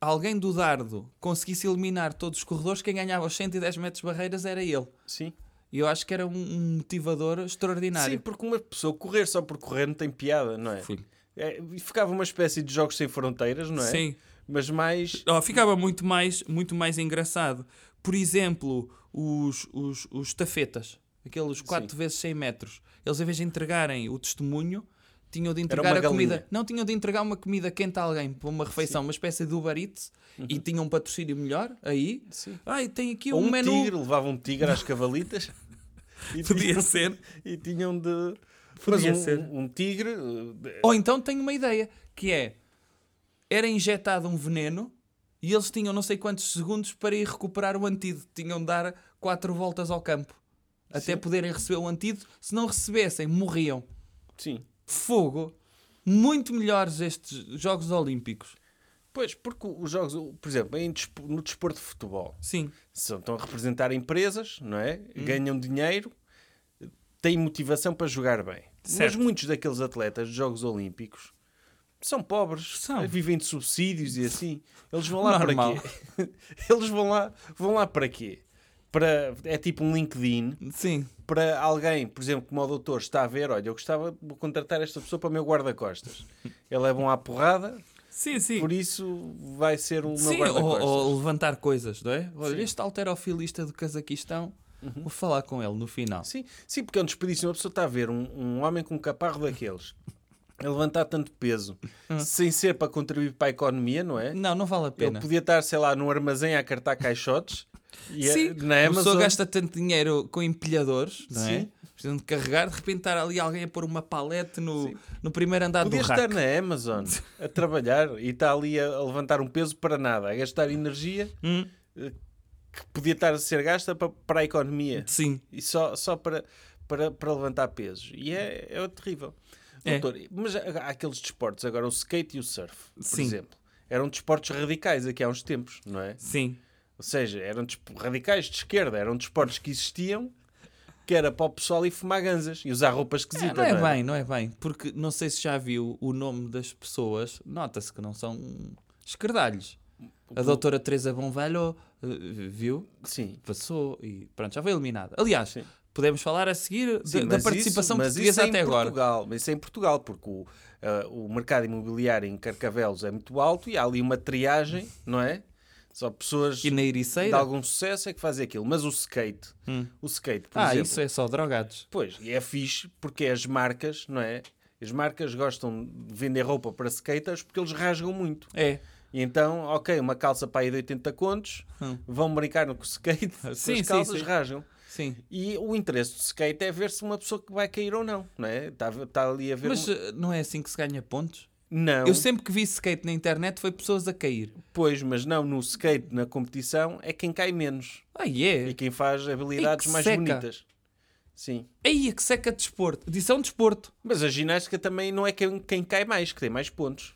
Speaker 3: alguém do dardo conseguisse eliminar todos os corredores quem ganhava os 110 metros barreiras era ele
Speaker 2: Sim.
Speaker 3: e eu acho que era um- um motivador extraordinário
Speaker 2: Sim, porque uma pessoa correr só por correr não tem piada, não é?
Speaker 3: Sim.
Speaker 2: É, e ficava uma espécie de jogos sem fronteiras, não é?
Speaker 3: Sim.
Speaker 2: Mas mais.
Speaker 3: Oh, ficava muito mais, muito mais engraçado. Por exemplo, os, os, os estafetas, aqueles 4 vezes 100 metros, eles em vez de entregarem o testemunho, tinham de entregar
Speaker 2: uma
Speaker 3: a comida.
Speaker 2: galinha.
Speaker 3: Não tinham de entregar uma comida quente a alguém para uma refeição, uma espécie de Uber Eats, e tinham um patrocínio melhor aí.
Speaker 2: Uhum. Sim.
Speaker 3: Ai, tem aqui
Speaker 2: Ou
Speaker 3: um,
Speaker 2: um
Speaker 3: menu.
Speaker 2: tigre, levava um tigre às cavalitas. e
Speaker 3: Podia
Speaker 2: tinham-
Speaker 3: ser.
Speaker 2: E tinham de.
Speaker 3: Podia
Speaker 2: mas um,
Speaker 3: ser.
Speaker 2: um tigre. uh, de-
Speaker 3: Ou então tenho uma ideia, que é era injetado um veneno e eles tinham não sei quantos segundos para ir recuperar o antídoto. Tinham de dar quatro voltas ao campo até poderem receber o antídoto. Se não recebessem, morriam.
Speaker 2: Sim.
Speaker 3: Fogo. Muito melhores estes Jogos Olímpicos.
Speaker 2: Pois, porque os jogos, o- por exemplo, em despo- no desporto de futebol,
Speaker 3: Sim.
Speaker 2: são, estão a representar empresas, não é?
Speaker 3: Hum.
Speaker 2: Ganham dinheiro, têm motivação para jogar bem.
Speaker 3: Certo.
Speaker 2: Mas muitos daqueles atletas dos Jogos Olímpicos são pobres,
Speaker 3: São.
Speaker 2: vivem de subsídios e assim. Eles vão lá
Speaker 3: Normal.
Speaker 2: para quê? Eles vão lá, vão lá para quê? Para, é tipo um LinkedIn
Speaker 3: Sim.
Speaker 2: para alguém, por exemplo, como o doutor está a ver, olha, eu gostava de contratar esta pessoa para o meu guarda-costas. Ele é bom à porrada,
Speaker 3: Sim, sim.
Speaker 2: por isso vai ser o meu
Speaker 3: Sim, ou,
Speaker 2: guarda-costas.
Speaker 3: ou levantar coisas, não é? Olha, este alterofilista do Cazaquistão, vou falar com ele no final.
Speaker 2: Sim, sim, porque é um desperdício. Uma pessoa está a ver um, um homem com um caparro daqueles a levantar tanto peso sem ser para contribuir para a economia, não é?
Speaker 3: Hum. Não, não vale a
Speaker 2: Ele
Speaker 3: pena.
Speaker 2: podia estar, sei lá, num armazém a cartar caixotes e é, a-
Speaker 3: Sim,
Speaker 2: na
Speaker 3: a pessoa
Speaker 2: Amazon.
Speaker 3: gasta tanto dinheiro com empilhadores, não é?
Speaker 2: Sim.
Speaker 3: Precisam de carregar, de repente estar ali alguém a pôr uma palete no, no primeiro andar
Speaker 2: Podia
Speaker 3: do
Speaker 2: estar
Speaker 3: rack.
Speaker 2: na Amazon a trabalhar e está ali a, a levantar um peso para nada, a gastar energia
Speaker 3: Hum.
Speaker 2: eh, que podia estar a ser gasta para, para a economia
Speaker 3: Sim,
Speaker 2: e só, só para, para, para levantar pesos. E é, é terrível.
Speaker 3: É.
Speaker 2: Doutor, mas há há aqueles desportos agora, o skate e o surf, por
Speaker 3: Sim.
Speaker 2: exemplo, eram desportos radicais aqui há uns tempos, não é?
Speaker 3: sim.
Speaker 2: Ou seja, eram desp- radicais de esquerda, eram desportos que existiam que era para o pessoal ir fumar ganzas e usar roupa esquisita.
Speaker 3: É, não é
Speaker 2: era?
Speaker 3: bem, não é bem. Porque não sei se já viu o nome das pessoas, nota-se que não são esquerdalhos. A doutora Teresa Bonvelho eh, viu,
Speaker 2: Sim.
Speaker 3: passou e pronto, já foi eliminada. Aliás,
Speaker 2: Sim.
Speaker 3: podemos falar a seguir de-
Speaker 2: Sim,
Speaker 3: da
Speaker 2: mas
Speaker 3: participação
Speaker 2: isso, mas isso
Speaker 3: portuguesa
Speaker 2: é
Speaker 3: até
Speaker 2: em
Speaker 3: agora.
Speaker 2: Portugal, mas isso é em Portugal, porque o, ah, o mercado imobiliário em Carcavelos é muito alto e há ali uma triagem, não é? Só pessoas
Speaker 3: E na
Speaker 2: de
Speaker 3: Ericeira?
Speaker 2: algum sucesso é que fazem aquilo. Mas o skate, o skate, por
Speaker 3: Ah,
Speaker 2: exemplo,
Speaker 3: isso é só drogados.
Speaker 2: pois, e é fixe porque as marcas, não é? As marcas gostam de vender roupa para skaters porque eles rasgam muito.
Speaker 3: É.
Speaker 2: E então, ok, uma calça para aí de 80 contos,
Speaker 3: Hum.
Speaker 2: vão brincar no skate,
Speaker 3: Sim, sim,
Speaker 2: as calças
Speaker 3: sim.
Speaker 2: rasgam.
Speaker 3: Sim.
Speaker 2: E o interesse do skate é ver se uma pessoa que vai cair ou não, não é? Está tá ali a ver...
Speaker 3: Mas
Speaker 2: um-
Speaker 3: eh, não é assim que se ganha pontos?
Speaker 2: Não,
Speaker 3: Eu sempre que vi skate na internet foi pessoas a cair.
Speaker 2: pois, mas não, no skate, na competição, é quem cai menos.
Speaker 3: Ah,
Speaker 2: E
Speaker 3: yeah.
Speaker 2: quem faz habilidades mais
Speaker 3: seca.
Speaker 2: bonitas. Sim.
Speaker 3: Aí é que seca de desporto. Disse é um desporto.
Speaker 2: Mas a ginástica também não é quem, quem cai mais, que tem mais pontos.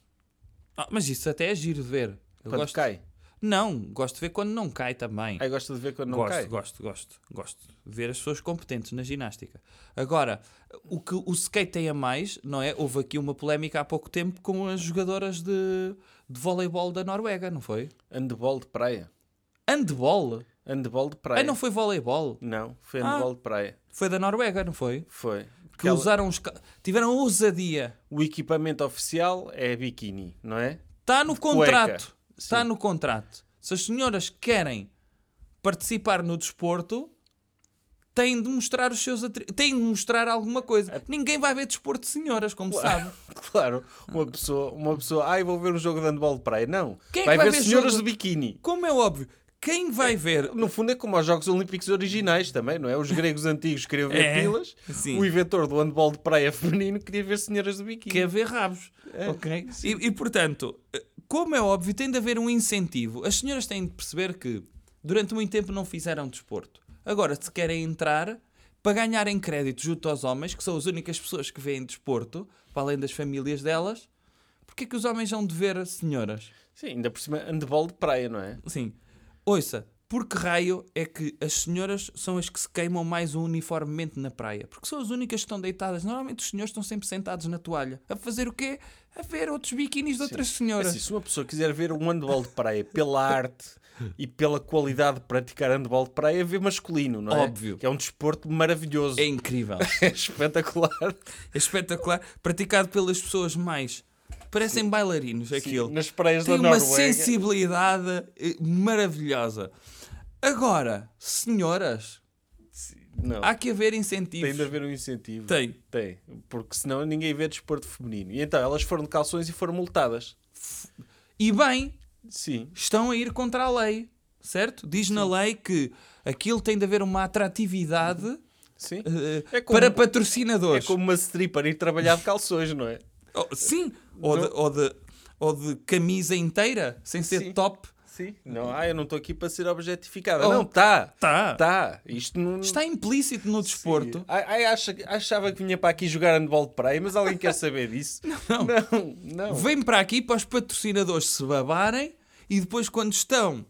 Speaker 3: Ah, mas isso até é giro de ver. Eu
Speaker 2: quando
Speaker 3: gosto-
Speaker 2: cai.
Speaker 3: Não, gosto de ver quando não cai também.
Speaker 2: Aí gosta de ver quando não
Speaker 3: gosto,
Speaker 2: cai.
Speaker 3: gosto, gosto, gosto. de Ver as pessoas competentes na ginástica. Agora, o que o skate tem a mais, não é? Houve aqui uma polémica há pouco tempo com as jogadoras de, de voleibol da Noruega, não foi?
Speaker 2: Handball de praia.
Speaker 3: Handball?
Speaker 2: Handball de praia.
Speaker 3: Ah, não foi voleibol.
Speaker 2: Não, foi
Speaker 3: Ah.
Speaker 2: handball de praia.
Speaker 3: Foi da Noruega, não foi?
Speaker 2: Foi.
Speaker 3: Que
Speaker 2: Porque ela-
Speaker 3: usaram os... ca- Tiveram ousadia.
Speaker 2: O equipamento oficial é biquíni, não é?
Speaker 3: Está Tá no contrato. Está
Speaker 2: Sim.
Speaker 3: no contrato. Se as senhoras querem participar no desporto, têm de mostrar os seus atri... têm de mostrar alguma
Speaker 2: É-
Speaker 3: coisa. Ninguém vai ver desporto de senhoras, como se sabe.
Speaker 2: Claro, uma pessoa, uma pessoa, ai, vou ver um jogo de handball de praia. Não,
Speaker 3: Quem é que
Speaker 2: vai,
Speaker 3: vai
Speaker 2: ver,
Speaker 3: ver
Speaker 2: senhoras
Speaker 3: jogo-
Speaker 2: de biquíni.
Speaker 3: Como é óbvio, quem vai ver
Speaker 2: No fundo é como aos Jogos Olímpicos originais também, não é? Os gregos antigos queriam ver
Speaker 3: É,
Speaker 2: pilas,
Speaker 3: sim.
Speaker 2: o inventor do handball de praia feminino queria ver senhoras de biquíni.
Speaker 3: quer é ver rabos. ok? E, e, portanto, como é óbvio, tem de haver um incentivo. As senhoras têm de perceber que durante muito tempo não fizeram desporto. Agora, se querem entrar, para ganharem crédito junto aos homens, que são as únicas pessoas que veem desporto, para além das famílias delas, porque é que os homens vão de ver senhoras?
Speaker 2: Sim, ainda por cima, handball de praia, não é?
Speaker 3: Sim. Ouça, por que raio é que as senhoras são as que se queimam mais uniformemente na praia? Porque são as únicas que estão deitadas. Normalmente os senhores estão sempre sentados na toalha. A fazer o quê? A ver outros biquinis de outras
Speaker 2: É
Speaker 3: senhoras.
Speaker 2: assim, se uma pessoa quiser ver um handball de praia pela arte e pela qualidade de praticar handball de praia, vê masculino, não é?
Speaker 3: Óbvio.
Speaker 2: Que é um desporto maravilhoso.
Speaker 3: É incrível.
Speaker 2: É espetacular.
Speaker 3: É espetacular. Praticado pelas pessoas mais. Parecem bailarinos aquilo.
Speaker 2: Sim, nas praias
Speaker 3: Tem
Speaker 2: da
Speaker 3: uma
Speaker 2: Noruega.
Speaker 3: sensibilidade eh, maravilhosa. Agora, senhoras,
Speaker 2: Não,
Speaker 3: há que haver incentivos.
Speaker 2: tem de haver um incentivo.
Speaker 3: Tem.
Speaker 2: Tem, porque senão ninguém vê desporto feminino. E então elas foram de calções e foram multadas.
Speaker 3: E bem,
Speaker 2: Sim.
Speaker 3: estão a ir contra a lei, certo? Diz na lei que aquilo tem de haver uma atratividade
Speaker 2: Sim.
Speaker 3: eh,
Speaker 2: É como-
Speaker 3: para
Speaker 2: É
Speaker 3: patrocinadores.
Speaker 2: como uma stripper ir trabalhar de calções, não é?
Speaker 3: Oh, sim, ou de, ou, de, ou de camisa inteira, sem ser
Speaker 2: Sim.
Speaker 3: top.
Speaker 2: Sim. Não, ah, eu não estou aqui para ser objetificada.
Speaker 3: Oh.
Speaker 2: Não, tá.
Speaker 3: Tá.
Speaker 2: Tá. Isto não.
Speaker 3: Está implícito no desporto.
Speaker 2: Ai, ai, acha- achava que vinha para aqui jogar handball de praia, mas alguém quer saber disso? Não, não.
Speaker 3: Vem para aqui para os patrocinadores se babarem e depois, quando estão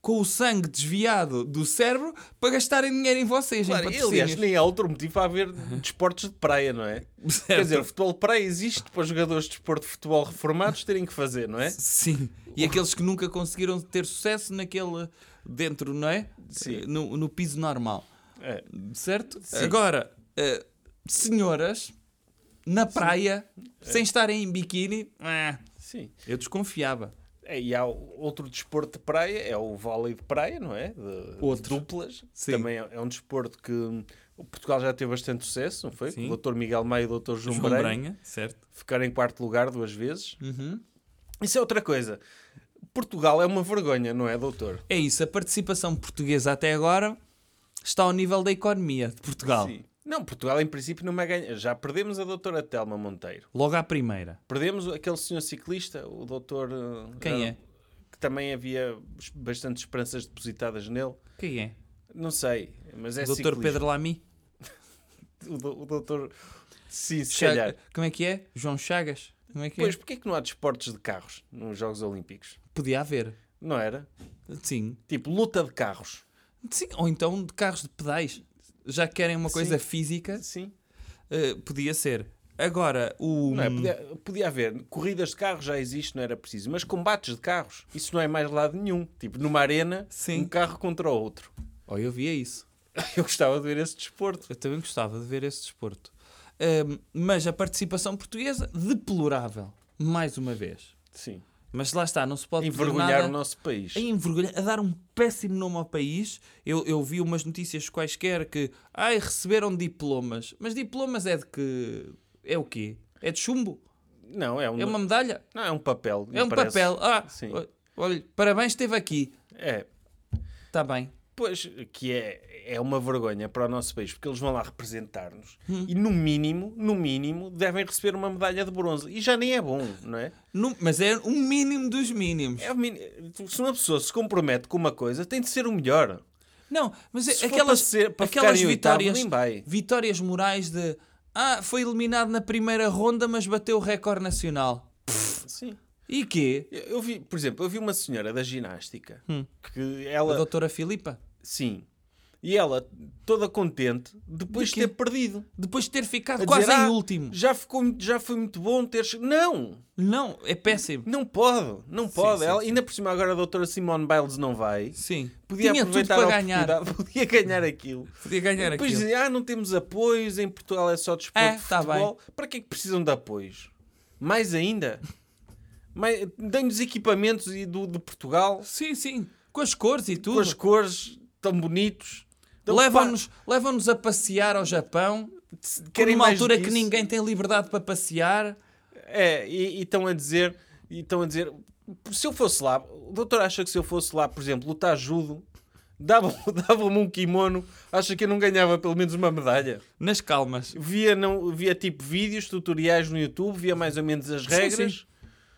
Speaker 3: com o sangue desviado do cérebro, para gastarem dinheiro em vocês,
Speaker 2: Claro,
Speaker 3: em
Speaker 2: e, aliás,
Speaker 3: patrocínios.
Speaker 2: nem há outro motivo para haver desportos de praia, não é?
Speaker 3: Certo.
Speaker 2: Quer dizer, o futebol de praia existe para os jogadores de desporto de futebol reformados terem que fazer, não é?
Speaker 3: Sim. E aqueles que nunca conseguiram ter sucesso naquele dentro, não é?
Speaker 2: Sim.
Speaker 3: No, no piso normal.
Speaker 2: É.
Speaker 3: Certo? Agora, eh, senhoras na praia,
Speaker 2: É.
Speaker 3: sem estarem em biquíni, ah,
Speaker 2: Sim.
Speaker 3: eu desconfiava.
Speaker 2: É, e há o- outro desporto de praia, é o vôlei de praia, não é? De, de
Speaker 3: Outro.
Speaker 2: duplas.
Speaker 3: Sim.
Speaker 2: Também é, é um desporto que hum, o Portugal já teve bastante sucesso, não foi?
Speaker 3: Sim.
Speaker 2: O Dr. Miguel Maia e o Dr. João,
Speaker 3: João
Speaker 2: Branco
Speaker 3: Branha, certo?
Speaker 2: ficaram em quarto lugar duas vezes.
Speaker 3: Uhum.
Speaker 2: Isso é outra coisa. Portugal é uma vergonha, não é, doutor?
Speaker 3: É isso, a participação portuguesa até agora está ao nível da economia de Portugal.
Speaker 2: Não, Portugal em princípio não vai ganhar. Já perdemos a doutora Telma Monteiro.
Speaker 3: Logo à primeira.
Speaker 2: Perdemos aquele senhor ciclista, o doutor... eh,
Speaker 3: Quem
Speaker 2: eh,
Speaker 3: é?
Speaker 2: Que também havia es- bastantes esperanças depositadas nele.
Speaker 3: Quem é?
Speaker 2: Não sei, mas é
Speaker 3: o Dr.
Speaker 2: ciclista.
Speaker 3: Pedro Lamy?
Speaker 2: o, do- o doutor. Sim, se
Speaker 3: Chaga-
Speaker 2: calhar.
Speaker 3: Como é que é? João Chagas? Como é que
Speaker 2: Pois,
Speaker 3: é?
Speaker 2: porquê é que não há desportos de carros nos Jogos Olímpicos?
Speaker 3: Podia haver.
Speaker 2: Não era?
Speaker 3: Sim.
Speaker 2: Tipo, luta de carros.
Speaker 3: Sim, ou então de carros de pedais. Já que querem uma coisa física,
Speaker 2: Sim.
Speaker 3: eh, podia ser. Agora, o. hum,
Speaker 2: Não é? podia, podia haver. Corridas de carros já existe, não era preciso. Mas combates de carros, isso não é mais lado nenhum. Tipo, numa arena,
Speaker 3: Sim.
Speaker 2: um carro contra o outro.
Speaker 3: Oh, eu via isso.
Speaker 2: Eu gostava de ver esse desporto.
Speaker 3: Eu também gostava de ver esse desporto. Ahm, mas a participação portuguesa, deplorável. Mais uma vez.
Speaker 2: Sim.
Speaker 3: Mas lá está, não se pode dizer
Speaker 2: Envergonhar
Speaker 3: nada
Speaker 2: o nosso país.
Speaker 3: a envergonhar, a dar um péssimo nome ao país. Eu, eu vi umas notícias quaisquer que. Ai, receberam diplomas. Mas diplomas é de que. É o quê? É de chumbo?
Speaker 2: Não, é um,
Speaker 3: É uma medalha?
Speaker 2: não, é um papel.
Speaker 3: É um
Speaker 2: parece.
Speaker 3: papel. Ah,
Speaker 2: Sim.
Speaker 3: o- olha, parabéns, esteve aqui.
Speaker 2: É.
Speaker 3: Está bem.
Speaker 2: Pois, que é, é uma vergonha para o nosso país, porque eles vão lá representar-nos
Speaker 3: Hum.
Speaker 2: e, no mínimo, no mínimo, devem receber uma medalha de bronze. E já nem é bom, não é?
Speaker 3: Num- mas é o mínimo dos mínimos.
Speaker 2: é o mini- Se uma pessoa se compromete com uma coisa, tem de ser o melhor.
Speaker 3: Não, mas
Speaker 2: Se for
Speaker 3: aquelas,
Speaker 2: para ser- para ficar
Speaker 3: aquelas
Speaker 2: em oitavo,
Speaker 3: vitórias,
Speaker 2: nem vai.
Speaker 3: vitórias morais de ah, foi eliminado na primeira ronda, mas bateu o recorde nacional.
Speaker 2: Sim.
Speaker 3: E quê?
Speaker 2: Eu, eu vi, por exemplo, eu vi uma senhora da ginástica
Speaker 3: Hum.
Speaker 2: que
Speaker 3: A
Speaker 2: ela.
Speaker 3: doutora Filipa?
Speaker 2: Sim. E ela, toda contente, depois de
Speaker 3: quê?
Speaker 2: ter perdido.
Speaker 3: Depois de ter ficado
Speaker 2: A
Speaker 3: quase
Speaker 2: dizer,
Speaker 3: em
Speaker 2: "Ah,
Speaker 3: último.
Speaker 2: Já, ficou, muito- já foi muito bom ter. che-" Não!
Speaker 3: Não, é péssimo.
Speaker 2: Não pode, não pode.
Speaker 3: sim,
Speaker 2: ela,
Speaker 3: sim.
Speaker 2: Ainda por cima, agora a doutora Simone Biles não vai.
Speaker 3: Sim.
Speaker 2: Podia
Speaker 3: Tinha tudo
Speaker 2: aproveitar
Speaker 3: para
Speaker 2: a
Speaker 3: ganhar.
Speaker 2: oportunidade, podia ganhar aquilo.
Speaker 3: Podia ganhar
Speaker 2: Depois
Speaker 3: aquilo.
Speaker 2: dizem, ah, não temos apoios, em Portugal é só desporto
Speaker 3: É,
Speaker 2: de
Speaker 3: tá
Speaker 2: futebol. Para que é que precisam de apoios? Mais ainda? Mais- Deem-nos equipamentos e do, de Portugal,
Speaker 3: Sim, sim. Com as cores e
Speaker 2: com
Speaker 3: tudo.
Speaker 2: as cores tão bonitos. Então,
Speaker 3: Levam-nos levam a passear ao Japão.
Speaker 2: pá,
Speaker 3: Por
Speaker 2: querem
Speaker 3: uma
Speaker 2: mais do
Speaker 3: altura que
Speaker 2: isso?
Speaker 3: ninguém tem liberdade para passear.
Speaker 2: É, e e estão a dizer, e estão a dizer, se eu fosse lá, o doutor acha que se eu fosse lá, por exemplo, lutar judo, dava- dava-me um kimono, acha que eu não ganhava pelo menos uma medalha?
Speaker 3: Nas calmas.
Speaker 2: via, não, via tipo vídeos, tutoriais no YouTube, via mais ou menos as
Speaker 3: Sim,
Speaker 2: regras.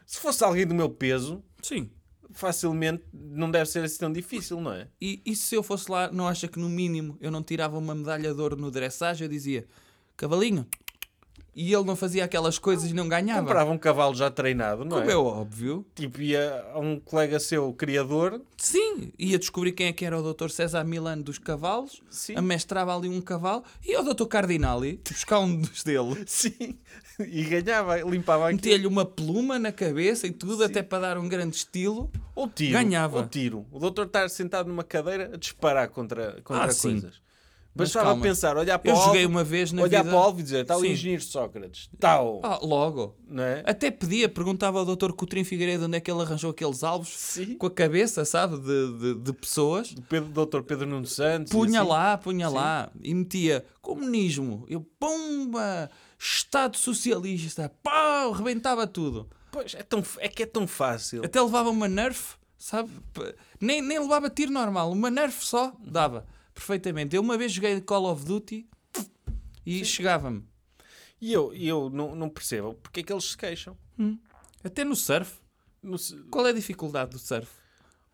Speaker 2: Se fosse alguém do meu peso,
Speaker 3: Sim.
Speaker 2: facilmente não deve ser assim tão difícil, não é?
Speaker 3: E, e se eu fosse lá, não acha que no mínimo eu não tirava uma medalha de ouro no dressage? Eu dizia, cavalinho. E ele não fazia aquelas coisas e não ganhava.
Speaker 2: Comprava um cavalo já treinado, não
Speaker 3: Como
Speaker 2: é?
Speaker 3: é óbvio.
Speaker 2: Tipo, ia a um colega seu, criador,
Speaker 3: Sim, ia descobrir quem é que era o Dr. César Milano dos cavalos,
Speaker 2: Sim.
Speaker 3: amestrava ali um cavalo, e ao Dr. Cardinali buscar um dos dele,
Speaker 2: sim, e ganhava, limpava aquilo.
Speaker 3: meter-lhe uma pluma na cabeça e tudo, até para dar um grande estilo.
Speaker 2: Ou tiro,
Speaker 3: Ganhava.
Speaker 2: ou tiro. O doutor estar sentado numa cadeira a disparar contra, contra
Speaker 3: Ah, sim.
Speaker 2: coisas.
Speaker 3: Mas
Speaker 2: Bastava
Speaker 3: calma.
Speaker 2: pensar, olhar para
Speaker 3: Eu
Speaker 2: o alvo,
Speaker 3: joguei uma vez na
Speaker 2: olhar
Speaker 3: vida...
Speaker 2: para o alvo e dizer, tal
Speaker 3: Sim.
Speaker 2: engenheiro Sócrates, tal,
Speaker 3: Ah, logo.
Speaker 2: não é?
Speaker 3: Até pedia, perguntava ao Dr. Coutrinho Figueiredo onde é que ele arranjou aqueles alvos
Speaker 2: Sim.
Speaker 3: com a cabeça, sabe, de, de, de pessoas.
Speaker 2: Pedro, doutor Pedro Nuno Santos. e
Speaker 3: Punha
Speaker 2: assim.
Speaker 3: lá, punha lá e metia comunismo. Eu, pomba, Estado Socialista, pau, rebentava tudo.
Speaker 2: Pois, é, tão, é que é tão fácil.
Speaker 3: Até levava uma nerf, sabe? P- Nem, nem levava tiro normal, uma nerf só dava perfeitamente. Eu uma vez joguei Call of Duty e chegava-me.
Speaker 2: E eu, e eu não, não percebo porque é que eles se queixam.
Speaker 3: Até no surf.
Speaker 2: Não se-
Speaker 3: Qual é a dificuldade do surf?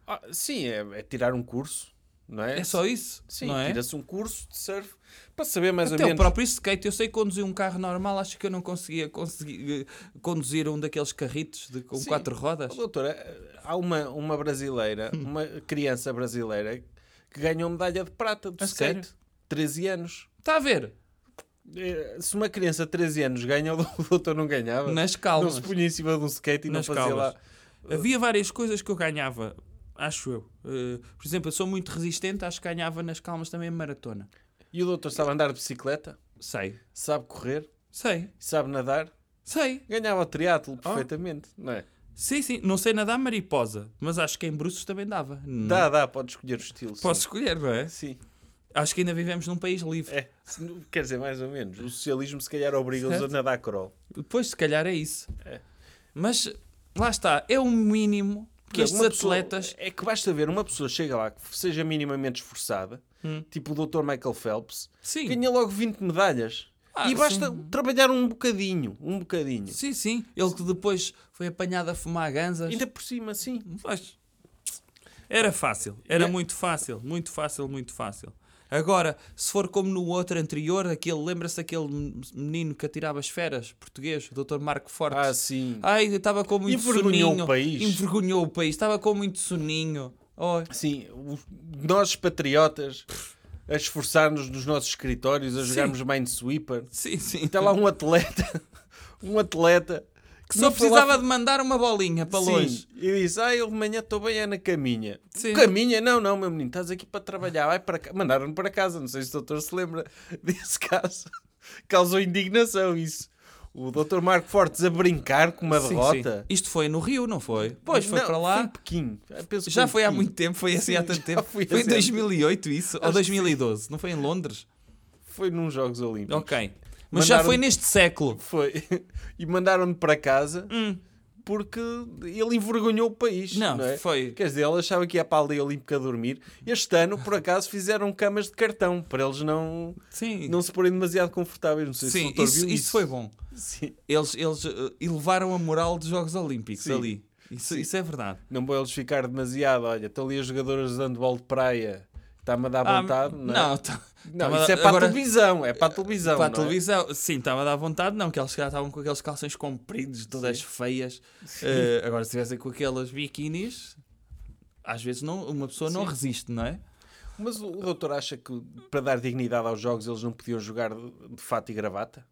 Speaker 2: Ah, sim, é, é tirar um curso, não é?
Speaker 3: É só isso?
Speaker 2: Sim,
Speaker 3: não é?
Speaker 2: tira-se um curso de surf para saber mais
Speaker 3: Até
Speaker 2: ou
Speaker 3: o
Speaker 2: menos.
Speaker 3: próprio skate, eu sei conduzir um carro normal, acho que eu não conseguia conseguir, eh, conduzir um daqueles carritos de, com
Speaker 2: Sim.
Speaker 3: quatro rodas.
Speaker 2: Oh, doutora, há uma, uma brasileira,
Speaker 3: Hum.
Speaker 2: uma criança brasileira que ganhou medalha de prata de
Speaker 3: A
Speaker 2: skate.
Speaker 3: sério?
Speaker 2: 13 anos.
Speaker 3: Está a ver?
Speaker 2: Eh, Se uma criança de 13 anos ganha, o doutor não ganhava.
Speaker 3: Nas
Speaker 2: não
Speaker 3: calmas.
Speaker 2: se punha em cima de um skate e
Speaker 3: Nas
Speaker 2: não fazia
Speaker 3: calmas.
Speaker 2: lá. eh,
Speaker 3: Havia várias coisas que eu ganhava, acho eu. Eh, por exemplo, eu sou muito resistente, acho que ganhava nas calmas também a maratona.
Speaker 2: E o doutor sabe andar de bicicleta,
Speaker 3: Sei.
Speaker 2: sabe correr,
Speaker 3: Sei.
Speaker 2: sabe nadar.
Speaker 3: Sei.
Speaker 2: Ganhava o
Speaker 3: Oh.
Speaker 2: triatlo perfeitamente, não é?
Speaker 3: Sim, sim. Não sei nadar mariposa, mas acho que em bruços também dava. Não.
Speaker 2: Dá, dá, pode escolher o estilo. sim.
Speaker 3: Hum. Posso escolher, não é?
Speaker 2: Sim,
Speaker 3: Acho que ainda vivemos num país livre.
Speaker 2: é. Se não- Quer dizer, mais ou menos. O socialismo se calhar obriga-os a
Speaker 3: Certo.
Speaker 2: nadar crawl.
Speaker 3: Depois, se calhar, é isso.
Speaker 2: É.
Speaker 3: Mas lá está. É o mínimo que estes
Speaker 2: Uma pessoa-
Speaker 3: atletas.
Speaker 2: É que basta ver, uma pessoa chega lá que seja minimamente esforçada, tipo o Dr. Michael Phelps,
Speaker 3: Hum. Sim.
Speaker 2: ganha logo 20 medalhas.
Speaker 3: Ah,
Speaker 2: e basta
Speaker 3: sim.
Speaker 2: trabalhar um bocadinho, um bocadinho.
Speaker 3: Sim, sim. Ele que depois foi apanhado a fumar ganzas.
Speaker 2: Ainda por cima, sim.
Speaker 3: Mas era fácil, era
Speaker 2: É.
Speaker 3: muito fácil, muito fácil, muito fácil. Agora, se for como no outro anterior, aquele, lembra-se aquele menino que atirava esferas, português, o Dr. Marco Fortes.
Speaker 2: Ah, sim.
Speaker 3: Ai, estava com muito
Speaker 2: Envergonhou
Speaker 3: soninho.
Speaker 2: o país.
Speaker 3: Envergonhou o país, estava com muito soninho. Oh,
Speaker 2: Sim, o- nós patriotas a esforçar-nos nos nossos escritórios, a jogarmos Minesweeper.
Speaker 3: sim, sim.
Speaker 2: Está lá um atleta, um atleta
Speaker 3: que só precisava de mandar uma bolinha para longe.
Speaker 2: E disse: Ah, eu de manhã estou bem, é na caminha.
Speaker 3: Sim.
Speaker 2: Caminha? Não, não, meu menino, estás aqui para trabalhar. Vai para ca- Mandaram-no para casa. Não sei se o doutor se lembra desse caso. Causou indignação isso. O doutor Marco Fortes a brincar com uma
Speaker 3: Sim,
Speaker 2: derrota.
Speaker 3: sim. Isto foi no Rio, não foi? Pois, foi
Speaker 2: Não,
Speaker 3: para lá.
Speaker 2: Foi em Pequim. Penso que um
Speaker 3: Já
Speaker 2: em
Speaker 3: foi há
Speaker 2: Pequim.
Speaker 3: muito tempo, foi assim
Speaker 2: Sim,
Speaker 3: há tanto
Speaker 2: já
Speaker 3: tempo.
Speaker 2: foi
Speaker 3: Foi
Speaker 2: assim
Speaker 3: em
Speaker 2: há tanto
Speaker 3: 2008 isso, ou 2012, não foi em Londres?
Speaker 2: Foi nos Jogos Olímpicos.
Speaker 3: Ok. Mas já
Speaker 2: Mandaram-
Speaker 3: foi neste século.
Speaker 2: Foi. E mandaram-no para casa porque ele envergonhou o país.
Speaker 3: Hum. Não,
Speaker 2: Não, é?
Speaker 3: foi.
Speaker 2: Quer dizer, ele achava que ia para a aldeia olímpica dormir. Este ano, por acaso, fizeram camas de cartão para eles não,
Speaker 3: Sim,
Speaker 2: não se porem demasiado confortáveis. Não sei se o
Speaker 3: sim
Speaker 2: doutor
Speaker 3: isso,
Speaker 2: viu
Speaker 3: isso foi bom.
Speaker 2: Sim.
Speaker 3: Eles, eles eh, elevaram a moral dos Jogos Olímpicos
Speaker 2: Sim.
Speaker 3: ali. Isso, isso é verdade.
Speaker 2: Não vão eles ficar demasiado. Olha, estão ali as jogadoras de handball de praia Está-me a dar
Speaker 3: Ah,
Speaker 2: vontade. é?
Speaker 3: não, tá-
Speaker 2: não,
Speaker 3: tá-me a
Speaker 2: isso
Speaker 3: dar-
Speaker 2: é para
Speaker 3: agora- Eh,
Speaker 2: a televisão. É para a televisão.
Speaker 3: para a
Speaker 2: não é?
Speaker 3: televisão, sim, estava a dar vontade, não, que eles já estavam com aqueles calções compridos, todas feias. Eh, agora, se estivessem com aquelas biquinis, às vezes não, uma pessoa não
Speaker 2: Sim.
Speaker 3: resiste, não é?
Speaker 2: Mas o o doutor acha que para dar dignidade aos jogos eles não podiam jogar de de fato e gravata?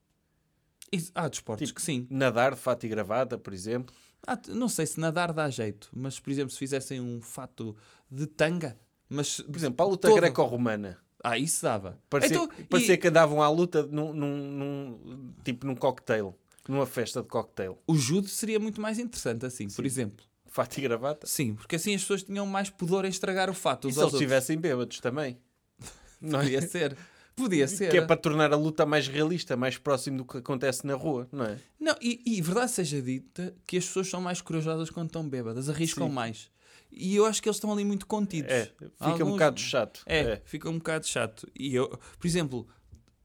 Speaker 3: Isso- há desportos
Speaker 2: Tipo-
Speaker 3: que sim.
Speaker 2: Nadar de fato e gravata, por exemplo?
Speaker 3: Há- Ah, não sei se nadar dá jeito, mas, por exemplo, se fizessem um fato de tanga, mas,
Speaker 2: Por exemplo, para a luta
Speaker 3: Todo.
Speaker 2: greco-romana.
Speaker 3: ah, isso dava.
Speaker 2: Parecia,
Speaker 3: Então, e-
Speaker 2: parecia que andavam à luta num, num- num- tipo num cocktail, numa festa de cocktail.
Speaker 3: O judo seria muito mais interessante assim, por exemplo.
Speaker 2: Fato e gravata.
Speaker 3: Sim, porque assim as pessoas tinham mais pudor em estragar o
Speaker 2: Tá.
Speaker 3: fato.
Speaker 2: E
Speaker 3: Uns
Speaker 2: se eles
Speaker 3: aos outros.
Speaker 2: estivessem bêbados também? Não é?
Speaker 3: Podia ser. Podia ser.
Speaker 2: Que é para tornar a luta mais realista, mais próximo do que acontece na rua, não é?
Speaker 3: Não, e, e verdade seja dita que as pessoas são mais corajosas quando estão bêbadas, arriscam mais. E eu acho que eles estão ali muito contidos.
Speaker 2: É, fica um
Speaker 3: Alguns-
Speaker 2: bocado chato.
Speaker 3: É,
Speaker 2: É.
Speaker 3: fica um bocado chato. E eu, por exemplo,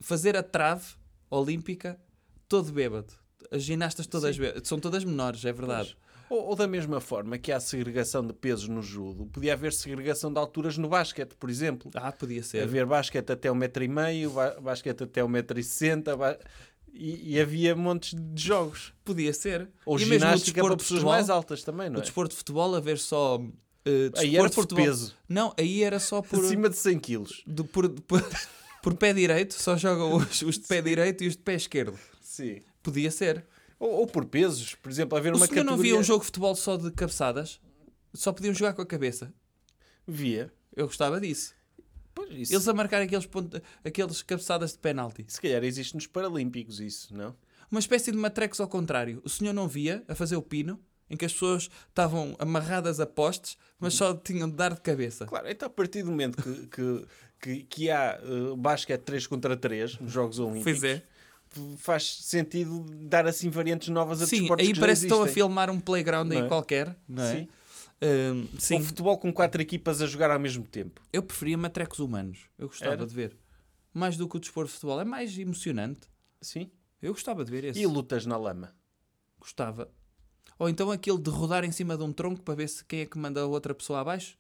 Speaker 3: fazer a trave olímpica todo bêbado. As ginastas todas bêbadas. São todas menores, é verdade.
Speaker 2: Ou, ou da mesma forma que há segregação de pesos no judo, podia haver segregação de alturas no basquete, por exemplo.
Speaker 3: Ah, podia ser.
Speaker 2: Haver basquete até 1,5m, ba basquete até 1,60m ba... e, e havia montes de jogos.
Speaker 3: Podia ser.
Speaker 2: Ou
Speaker 3: e mesmo o
Speaker 2: ginástica para
Speaker 3: desporto de
Speaker 2: pessoas
Speaker 3: futebol,
Speaker 2: mais altas também, não
Speaker 3: O
Speaker 2: é?
Speaker 3: desporto de futebol, haver só. uh,
Speaker 2: Aí
Speaker 3: desporto
Speaker 2: era
Speaker 3: de
Speaker 2: por
Speaker 3: futebol-
Speaker 2: peso, Assim
Speaker 3: Não, aí era só por.
Speaker 2: acima de 100 quilos.
Speaker 3: do- por, por, por pé direito, só jogam os, os de pé direito e os de pé esquerdo.
Speaker 2: Sim.
Speaker 3: Podia ser.
Speaker 2: Ou, ou por pesos, por exemplo, haver
Speaker 3: O
Speaker 2: uma
Speaker 3: senhor
Speaker 2: categoria...
Speaker 3: não via um jogo de futebol só de cabeçadas? Só podiam jogar com a cabeça.
Speaker 2: Via.
Speaker 3: Eu gostava disso.
Speaker 2: Pois, isso-
Speaker 3: Eles a marcar aqueles, ponto, aqueles cabeçadas de penalti.
Speaker 2: Se calhar existe nos Paralímpicos isso, não?
Speaker 3: Uma espécie de matrecos ao contrário. O senhor não via a fazer o pino, em que as pessoas estavam amarradas a postes, mas só tinham de dar de cabeça.
Speaker 2: Claro, então a partir do momento que, que, que, que há uh, basquete 3 contra 3 nos Jogos Olímpicos,
Speaker 3: Pois é.
Speaker 2: faz sentido dar assim variantes novas a
Speaker 3: Sim,
Speaker 2: desportos
Speaker 3: aí
Speaker 2: que
Speaker 3: parece que
Speaker 2: já
Speaker 3: estão a
Speaker 2: existem.
Speaker 3: filmar um playground
Speaker 2: Não
Speaker 3: aí
Speaker 2: é?
Speaker 3: qualquer, não é?
Speaker 2: Sim.
Speaker 3: Hum, sim.
Speaker 2: Ou Um futebol com quatro equipas a jogar ao mesmo tempo.
Speaker 3: Eu preferia matrecos humanos. Eu gostava
Speaker 2: Era?
Speaker 3: de ver. Mais do que o desporto de futebol. É mais emocionante.
Speaker 2: Sim.
Speaker 3: Eu gostava de ver esse.
Speaker 2: E lutas na lama.
Speaker 3: Gostava. Ou então aquele de rodar em cima de um tronco para ver se quem é que manda a outra pessoa abaixo.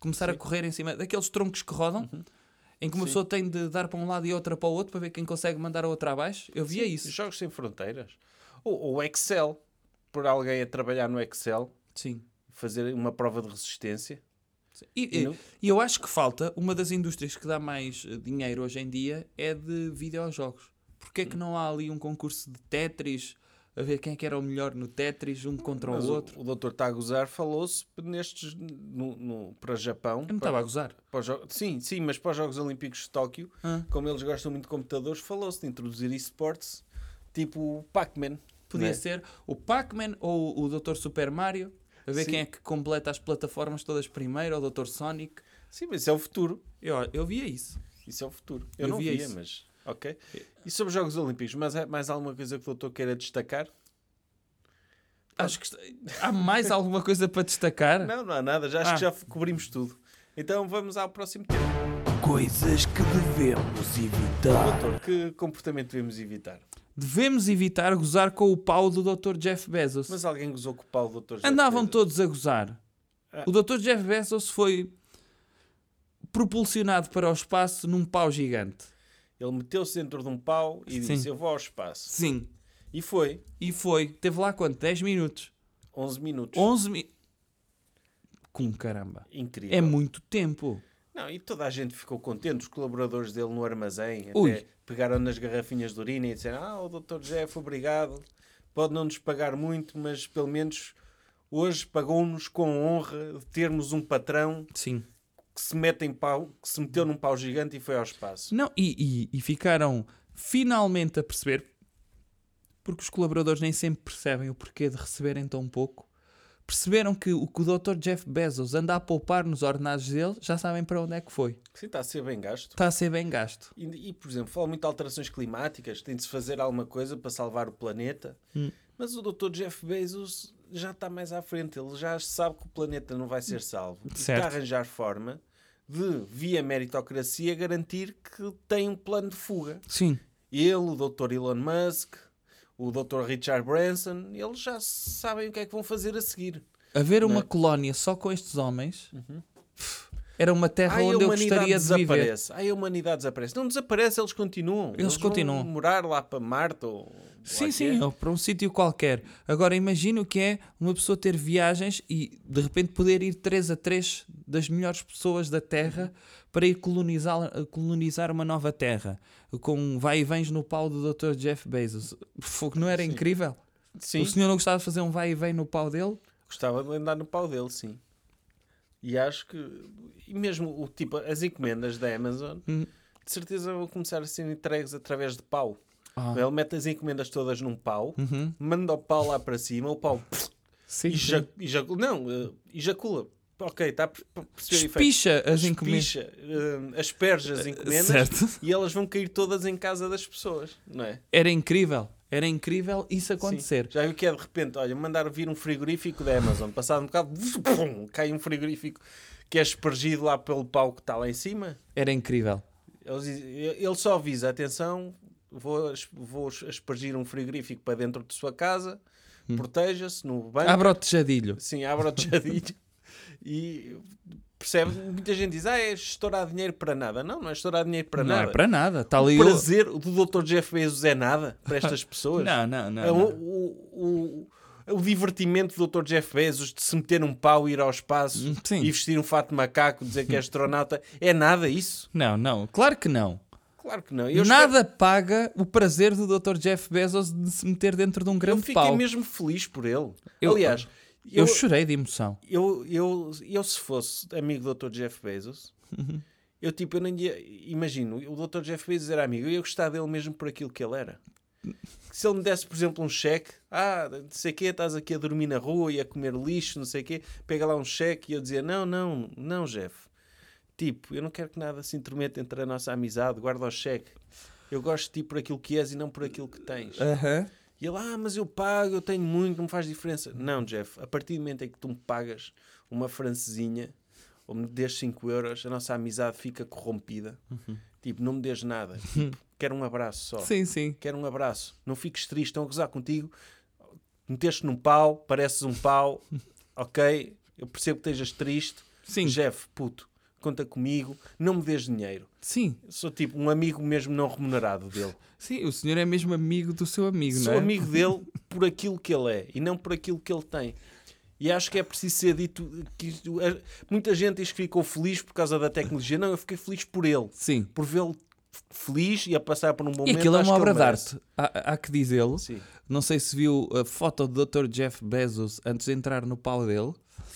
Speaker 3: Começar a correr em cima daqueles troncos que rodam, em que uma pessoa tem de dar para um lado e outra para o outro para ver quem consegue mandar a outra abaixo. Eu via é isso.
Speaker 2: Jogos sem fronteiras. Ou, ou Excel. Por alguém a trabalhar no Excel,
Speaker 3: Sim.
Speaker 2: fazer uma prova de resistência.
Speaker 3: E,
Speaker 2: E
Speaker 3: e-
Speaker 2: não-
Speaker 3: e eu acho que falta, uma das indústrias que dá mais eh, dinheiro hoje em dia é de videojogos. Porquê é que não há ali um concurso de Tetris, a ver quem é que era o melhor no Tetris, um contra
Speaker 2: Mas
Speaker 3: o
Speaker 2: o,
Speaker 3: outro?
Speaker 2: o doutor está a gozar, falou-se nestes no, no- para Japão.
Speaker 3: Eu não
Speaker 2: para-
Speaker 3: estava a gozar.
Speaker 2: para os jo- Sim, sim, mas para os Jogos Olímpicos de Tóquio,
Speaker 3: Ah.
Speaker 2: como eles gostam muito de computadores, falou-se de introduzir esportes tipo o Pac-Man.
Speaker 3: Podia
Speaker 2: né?
Speaker 3: ser o Pac-Man ou o Dr. Super Mario, a ver
Speaker 2: Sim.
Speaker 3: quem é que completa as plataformas todas primeiro, ou o Dr. Sonic.
Speaker 2: Sim, mas isso é o futuro.
Speaker 3: Eu, eu via isso.
Speaker 2: Isso é o futuro. Eu,
Speaker 3: Eu
Speaker 2: não
Speaker 3: via
Speaker 2: via,
Speaker 3: isso.
Speaker 2: mas. Ok. E sobre os Jogos Olímpicos, mas há mais alguma coisa que o doutor queira destacar?
Speaker 3: Acho que está- há mais alguma coisa para destacar?
Speaker 2: Não, não há nada. Já acho
Speaker 3: Ah.
Speaker 2: que já cobrimos tudo. Então vamos ao próximo tema.
Speaker 1: Coisas que devemos evitar.
Speaker 2: Doutor, que comportamento devemos evitar?
Speaker 3: Devemos evitar gozar com o pau do Dr. Jeff Bezos.
Speaker 2: Mas eh, alguém gozou com o pau do doutor
Speaker 3: Andavam todos a gozar.
Speaker 2: eh,
Speaker 3: O Dr. Jeff Bezos foi propulsionado para o espaço num pau gigante.
Speaker 2: Ele meteu-se dentro de um pau e
Speaker 3: Sim.
Speaker 2: disse: Eu vou ao espaço.
Speaker 3: Sim.
Speaker 2: E foi.
Speaker 3: E foi. Teve lá quanto? 10 minutos.
Speaker 2: 11 minutos.
Speaker 3: 11 minutos. Com caramba.
Speaker 2: Incrível.
Speaker 3: É muito tempo.
Speaker 2: Não, e toda a gente ficou contente, os colaboradores dele no armazém até
Speaker 3: Ui.
Speaker 2: pegaram nas garrafinhas de urina e disseram: Ah, o Dr. Jeff, obrigado. Pode não nos pagar muito, mas pelo menos hoje pagou-nos com honra de termos um patrão
Speaker 3: Sim.
Speaker 2: que se, mete em pau, que se meteu num pau gigante e foi ao espaço.
Speaker 3: Não, e, e- e ficaram finalmente a perceber, porque os colaboradores nem sempre percebem o porquê de receberem tão pouco. Perceberam que o que o Dr. Jeff Bezos anda a poupar nos ordenados dele, já sabem para onde é que foi.
Speaker 2: Sim, está a ser bem gasto.
Speaker 3: Está a ser bem gasto.
Speaker 2: E, e, por exemplo, fala muito de alterações climáticas, tem de se fazer alguma coisa para salvar o planeta. Mas o Dr. Jeff Bezos já está mais à frente, ele já sabe que o planeta não vai ser salvo. E
Speaker 3: Certo.
Speaker 2: está a arranjar forma de, via meritocracia, garantir que tem um plano de fuga.
Speaker 3: Sim.
Speaker 2: Ele, o Dr. Elon Musk, o Dr. Richard Branson, eles já sabem o que é que vão fazer a seguir.
Speaker 3: Haver uma
Speaker 2: Não é?
Speaker 3: colónia só com estes homens Era uma terra
Speaker 2: Ai,
Speaker 3: É onde eu gostaria de viver.
Speaker 2: desaparece. Ai, a humanidade desaparece. Não desaparece, eles continuam.
Speaker 3: Eles continuam.
Speaker 2: Vão morar lá para Marte ou. ou
Speaker 3: Sim,
Speaker 2: lá
Speaker 3: sim,
Speaker 2: que é.
Speaker 3: ou para um sítio qualquer. Agora imagino que é uma pessoa ter viagens e de repente poder ir 3 a 3 das melhores pessoas da Terra para ir colonizar, colonizar uma nova Terra. Com vai e vens no pau do Dr. Jeff Bezos. Fogo, não era incrível?
Speaker 2: Sim,
Speaker 3: O senhor não gostava de fazer um vai e vem no pau dele?
Speaker 2: gostava de andar no pau dele, sim. E acho que. E mesmo o tipo, as encomendas da Amazon,
Speaker 3: Hum.
Speaker 2: de certeza vão começar a ser entregues através de pau.
Speaker 3: Ah.
Speaker 2: Ele mete as encomendas todas num pau,
Speaker 3: Uhum.
Speaker 2: manda o pau lá para cima, o pau.
Speaker 3: Sim,
Speaker 2: eja- ejacu- Não, eh, ejacula. Ok, está a per- per- perceber o efeito.
Speaker 3: Espicha as encomendas.
Speaker 2: Espicha, eh, asperge as encomendas
Speaker 3: Certo.
Speaker 2: e elas vão cair todas em casa das pessoas, não é?
Speaker 3: Era incrível. Era incrível isso acontecer.
Speaker 2: Sim. Já viu que é de repente, olha, mandar vir um frigorífico da Amazon, passado um bocado, pum, cai um frigorífico que é aspergido lá pelo pau que está lá em cima.
Speaker 3: Era incrível.
Speaker 2: Eles dizem- ele só avisa, atenção, vou, as- vou aspergir um frigorífico para dentro de sua casa, proteja-se no banco.
Speaker 3: Hum. Abra o tejadilho.
Speaker 2: Sim, abre o tejadilho e percebe, muita gente diz, ah, é estourar dinheiro para nada. Não, não é estourar dinheiro para
Speaker 3: não
Speaker 2: nada.
Speaker 3: é para nada. Está
Speaker 2: O
Speaker 3: ali o-
Speaker 2: prazer do Dr. Jeff Bezos é nada para estas pessoas.
Speaker 3: Não, não, não.
Speaker 2: É o,
Speaker 3: não.
Speaker 2: o, é o, o divertimento do Dr. Jeff Bezos de se meter num pau, ir ao espaço
Speaker 3: Hum, Sim.
Speaker 2: e vestir um fato de macaco, dizer que é astronauta, é nada isso?
Speaker 3: Não, não, claro que não.
Speaker 2: Claro que não. Eu espero-
Speaker 3: Nada paga o prazer do Dr. Jeff Bezos de se meter dentro de um
Speaker 2: eu
Speaker 3: grande
Speaker 2: fiquei
Speaker 3: pau.
Speaker 2: mesmo feliz por ele.
Speaker 3: Eu-
Speaker 2: Aliás, eu,
Speaker 3: Eu chorei de emoção.
Speaker 2: eu, eu, eu se fosse amigo do Dr. Jeff Bezos, eu tipo, eu nem ia, imagino, o Dr. Jeff Bezos era amigo, eu ia gostar dele mesmo por aquilo que ele era. Se ele me desse, por exemplo, um cheque, ah, não sei quê, estás aqui a dormir na rua e a comer lixo, não sei quê, pega lá um cheque e eu dizia, não, não, não, Jeff. Tipo, eu não quero que nada se intrometa entre a nossa amizade, guarda o cheque. Eu gosto de ti por aquilo que és e não por aquilo que tens.
Speaker 3: Aham.
Speaker 2: E ele, ah, mas eu pago, eu tenho muito, não me faz diferença. Não, Jeff, a partir do momento em que tu me pagas uma francesinha ou me dês 5 euros, a nossa amizade fica corrompida. Tipo, não me dês nada. Tipo, quero um abraço só.
Speaker 3: Uhum. Sim, sim.
Speaker 2: Quero um abraço. Não fiques triste, estão a gozar contigo. Meteste num pau, pareces um pau. ok, eu percebo que estejas triste.
Speaker 3: Sim,
Speaker 2: Jeff, puto, conta comigo, não me dês dinheiro.
Speaker 3: sim.
Speaker 2: Sou tipo um amigo mesmo não remunerado dele.
Speaker 3: Sim, o senhor é mesmo amigo do seu amigo,
Speaker 2: Sou
Speaker 3: não é?
Speaker 2: amigo dele por aquilo que ele é e não por aquilo que ele tem. E acho que é preciso ser dito que isto- é- muita gente diz que ficou feliz por causa da tecnologia. Não, eu fiquei feliz por ele,
Speaker 3: Sim.
Speaker 2: por vê-lo feliz e a passar por um bom
Speaker 3: E
Speaker 2: momento.
Speaker 3: aquilo é
Speaker 2: acho
Speaker 3: uma
Speaker 2: que ele
Speaker 3: obra de
Speaker 2: merece.
Speaker 3: arte. Há, há que dizê-lo.
Speaker 2: Sim,
Speaker 3: Não sei se viu a foto do Dr. Jeff Bezos antes de entrar no pau dele.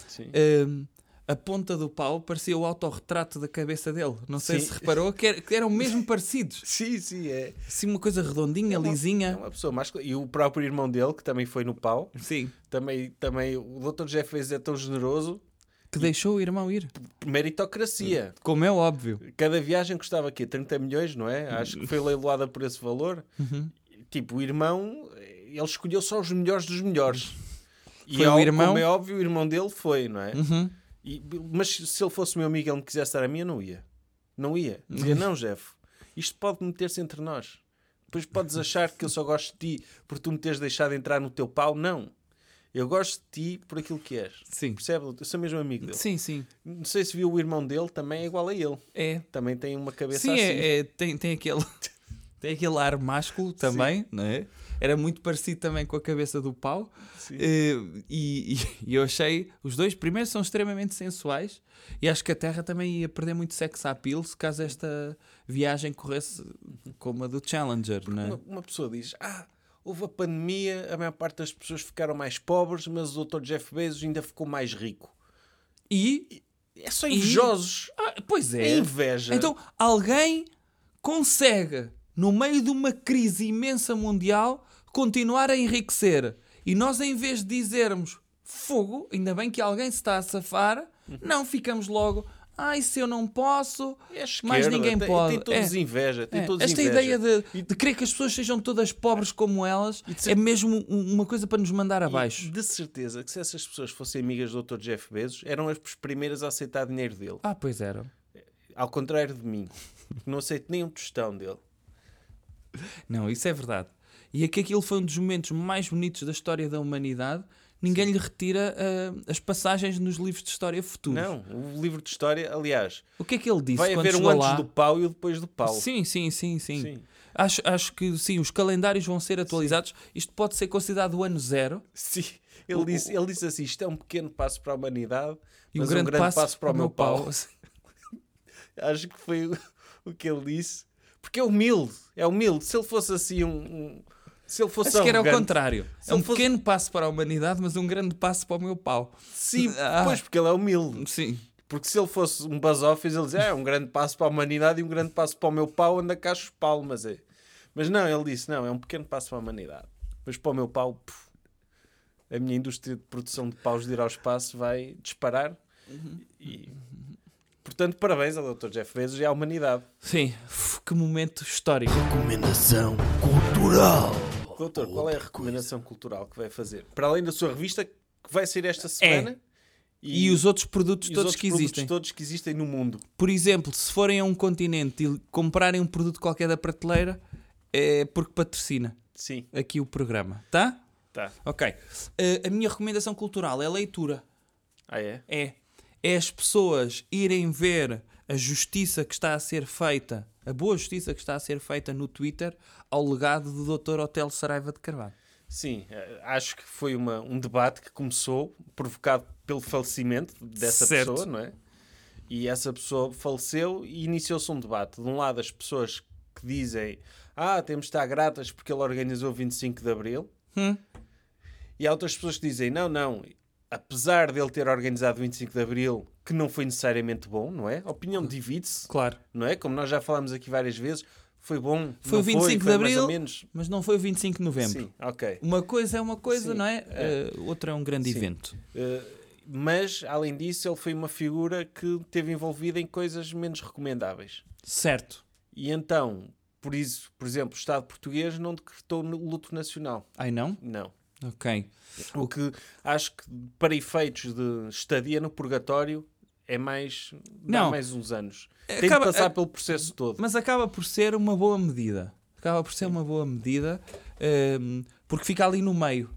Speaker 2: sim.
Speaker 3: Ahm, a ponta do pau parecia o autorretrato da cabeça dele. Não sei
Speaker 2: Sim.
Speaker 3: se reparou que, era- que eram mesmo parecidos.
Speaker 2: Sim, sim, é.
Speaker 3: Assim, uma coisa redondinha,
Speaker 2: É
Speaker 3: lisinha.
Speaker 2: uma pessoa mais. E o próprio irmão dele, que também foi no pau,
Speaker 3: Sim.
Speaker 2: também, também o Dr. Jeff Bezos é tão generoso.
Speaker 3: Que deixou o irmão ir.
Speaker 2: Meritocracia.
Speaker 3: Como é óbvio.
Speaker 2: Cada viagem custava aqui 30 milhões, não é? Acho que foi leiloada por esse valor.
Speaker 3: Uhum.
Speaker 2: Tipo, o irmão, eh, ele escolheu só os melhores dos melhores. E
Speaker 3: Foi o
Speaker 2: ao-
Speaker 3: irmão?
Speaker 2: como é óbvio, o irmão dele foi, não é?
Speaker 3: Uhum.
Speaker 2: E- mas se ele fosse meu amigo e ele me quisesse dar a mim, eu não ia. Não ia. Dizia, não, Jeff, isto pode meter-se entre nós. Depois podes achar que eu só gosto de ti por tu me teres deixado entrar no teu pau. Não. Eu gosto de ti por aquilo que és.
Speaker 3: Sim.
Speaker 2: Percebe? Eu sou mesmo amigo dele.
Speaker 3: Sim, sim.
Speaker 2: Não sei se viu o irmão dele, também é igual a ele.
Speaker 3: É.
Speaker 2: Também tem uma cabeça
Speaker 3: Sim,
Speaker 2: assim.
Speaker 3: é, é- tem, tem aquele. Tem aquele ar másculo também, não é? Era muito parecido também com a cabeça do pau.
Speaker 2: Sim.
Speaker 3: Eh, E, e- e eu achei. Os dois, primeiro, são extremamente sensuais. E acho que a Terra também ia perder muito sexo à pila se caso esta viagem corresse como a do Challenger, não
Speaker 2: Uma,
Speaker 3: é?
Speaker 2: uma pessoa diz: Ah, houve a pandemia, a maior parte das pessoas ficaram mais pobres, mas o Dr. Jeff Bezos ainda ficou mais rico.
Speaker 3: E.
Speaker 2: É só invejosos.
Speaker 3: Ah, pois
Speaker 2: É
Speaker 3: é.
Speaker 2: inveja.
Speaker 3: Então, alguém consegue, no meio de uma crise imensa mundial, continuar a enriquecer. E nós, em vez de dizermos fogo, ainda bem que alguém se está a safar,
Speaker 2: Uhum.
Speaker 3: não ficamos logo. Ai, se eu não posso,
Speaker 2: é esquerda,
Speaker 3: mais ninguém
Speaker 2: tem,
Speaker 3: pode.
Speaker 2: Tem todos inveja.
Speaker 3: É,
Speaker 2: Tem todos
Speaker 3: Esta
Speaker 2: inveja.
Speaker 3: ideia de, de querer que as pessoas sejam todas pobres como elas
Speaker 2: E de cer-
Speaker 3: é mesmo um- uma coisa para nos mandar abaixo.
Speaker 2: E de certeza que se essas pessoas fossem amigas do Dr. Jeff Bezos, eram as primeiras a aceitar dinheiro dele.
Speaker 3: Ah, pois era.
Speaker 2: Ao contrário de mim, que não aceito nem um tostão dele.
Speaker 3: Não, isso é verdade. E é que aquilo foi um dos momentos mais bonitos da história da humanidade, Ninguém lhe retira ah, as passagens nos livros de história futuros.
Speaker 2: Não, o livro de história, aliás,
Speaker 3: O que é que ele disse
Speaker 2: vai
Speaker 3: quando
Speaker 2: haver um
Speaker 3: chegou
Speaker 2: antes
Speaker 3: lá?
Speaker 2: do pau e o depois do pau.
Speaker 3: Sim, sim, sim, sim.
Speaker 2: Sim.
Speaker 3: Acho, acho que sim, os calendários vão ser atualizados. Isto pode ser considerado o ano zero
Speaker 2: Sim. Ele,
Speaker 3: O-
Speaker 2: disse, ele disse assim: isto é um pequeno passo para a humanidade,
Speaker 3: e
Speaker 2: mas
Speaker 3: um grande, passo,
Speaker 2: para o meu pau.
Speaker 3: Sim.
Speaker 2: Acho que foi o- o que ele disse. Porque é humilde, é humilde. Se ele fosse assim um. um- se ele fosse
Speaker 3: Acho que era o
Speaker 2: arrogante-
Speaker 3: contrário.
Speaker 2: Se
Speaker 3: É um
Speaker 2: ele fosse-
Speaker 3: pequeno passo para a humanidade, mas um grande passo para o meu pau.
Speaker 2: Sim,
Speaker 3: Ah.
Speaker 2: pois, porque ele é humilde.
Speaker 3: Sim.
Speaker 2: Porque se ele fosse um buzz office, ele dizia: "Ah, é um grande passo para a humanidade e um grande passo para o meu pau, anda cá os palmas. É. Mas não, ele disse: não, é um pequeno passo para a humanidade. Mas para o meu pau, puf, a minha indústria de produção de paus de ir ao espaço vai disparar. E- portanto, parabéns ao Dr. Jeff Bezos e à humanidade.
Speaker 3: Sim. Uf, que momento histórico.
Speaker 1: Recomendação cultural.
Speaker 2: Doutor, qual é a recomendação cultural que vai fazer? Para além da sua revista, que vai sair esta semana.
Speaker 3: É. E, os outros produtos
Speaker 2: e os
Speaker 3: todos
Speaker 2: outros
Speaker 3: que
Speaker 2: produtos
Speaker 3: existem.
Speaker 2: todos que existem no mundo.
Speaker 3: Por exemplo, se forem a um continente e comprarem um produto qualquer da prateleira, é porque patrocina
Speaker 2: Sim,
Speaker 3: aqui o programa, tá?
Speaker 2: tá.
Speaker 3: Ok. Eh, a minha recomendação cultural é leitura.
Speaker 2: Ah, é?
Speaker 3: É. É as pessoas irem ver a justiça que está a ser feita, a boa justiça que está a ser feita no Twitter ao legado do Dr. Hotel Saraiva de Carvalho.
Speaker 2: Sim, eh, acho que foi uma, um debate que começou provocado pelo falecimento dessa
Speaker 3: Certo.
Speaker 2: pessoa, não é? E essa pessoa faleceu e iniciou-se um debate. De um lado, as pessoas que dizem ah, temos de estar gratas porque ele organizou o 25 de Abril.
Speaker 3: Hum.
Speaker 2: E há outras pessoas que dizem não, não, apesar dele ter organizado o 25 de Abril, que não foi necessariamente bom, não é? A opinião divide-se,
Speaker 3: Claro.
Speaker 2: não é? Como nós já falámos aqui várias vezes, foi bom,
Speaker 3: Foi o
Speaker 2: não
Speaker 3: 25
Speaker 2: foi
Speaker 3: de
Speaker 2: mais ou
Speaker 3: Abril.
Speaker 2: menos.
Speaker 3: Mas não foi o 25 de novembro.
Speaker 2: Sim, ok.
Speaker 3: Uma coisa é uma coisa,
Speaker 2: Sim,
Speaker 3: não é? Eh, outra é um grande
Speaker 2: Sim.
Speaker 3: evento.
Speaker 2: Uh, mas, além disso, ele foi uma figura que teve envolvida em coisas menos recomendáveis.
Speaker 3: Certo.
Speaker 2: E então, por isso, por exemplo, o Estado português não decretou no- luto nacional.
Speaker 3: Ai não?
Speaker 2: Não.
Speaker 3: Ok.
Speaker 2: O que acho que, para efeitos de estadia no purgatório, é mais. dá
Speaker 3: Não. Eh,
Speaker 2: mais uns anos. Tem
Speaker 3: Acaba-
Speaker 2: de passar
Speaker 3: a-
Speaker 2: pelo processo todo.
Speaker 3: Mas acaba por ser uma boa medida. Acaba por ser uma boa medida ehm, porque fica ali no meio,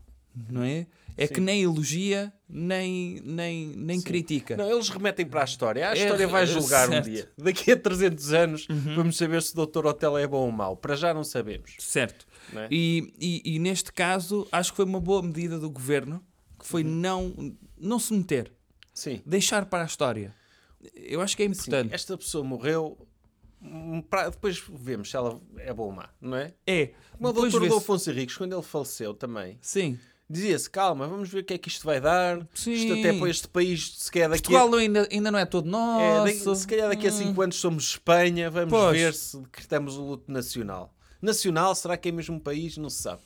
Speaker 3: não é? É que nem elogia, nem, nem, nem critica.
Speaker 2: Não, eles remetem para a história. A
Speaker 3: É,
Speaker 2: história vai
Speaker 3: é,
Speaker 2: julgar um
Speaker 3: certo. Uhum.
Speaker 2: dia. Daqui a 300 anos, vamos saber se o Dr. Hotel é bom ou mau. Para já não sabemos.
Speaker 3: Certo.
Speaker 2: Não é?
Speaker 3: E, e- e neste caso, acho que foi uma boa medida do governo que
Speaker 2: Uhum.
Speaker 3: foi não, não se meter,
Speaker 2: Sim.
Speaker 3: deixar para a história. Eu acho que é
Speaker 2: Sim,
Speaker 3: importante.
Speaker 2: esta pessoa morreu. hum, pra- depois vemos se ela é boa ou má, não é?
Speaker 3: É.
Speaker 2: Como o
Speaker 3: Depois
Speaker 2: doutor
Speaker 3: vê-se.
Speaker 2: do Afonso Henriques, quando ele faleceu também,
Speaker 3: Sim.
Speaker 2: dizia-se: calma, vamos ver o que é que isto vai dar. Isto
Speaker 3: Sim.
Speaker 2: até para este país, se calhar daqui
Speaker 3: Portugal não- ainda, ainda não é todo
Speaker 2: a, é, daqui-
Speaker 3: nosso.
Speaker 2: se calhar daqui a 5 anos somos Espanha, vamos
Speaker 3: Pois.
Speaker 2: ver se decretamos o luto nacional. Nacional, será que é mesmo um país? Não se sabe.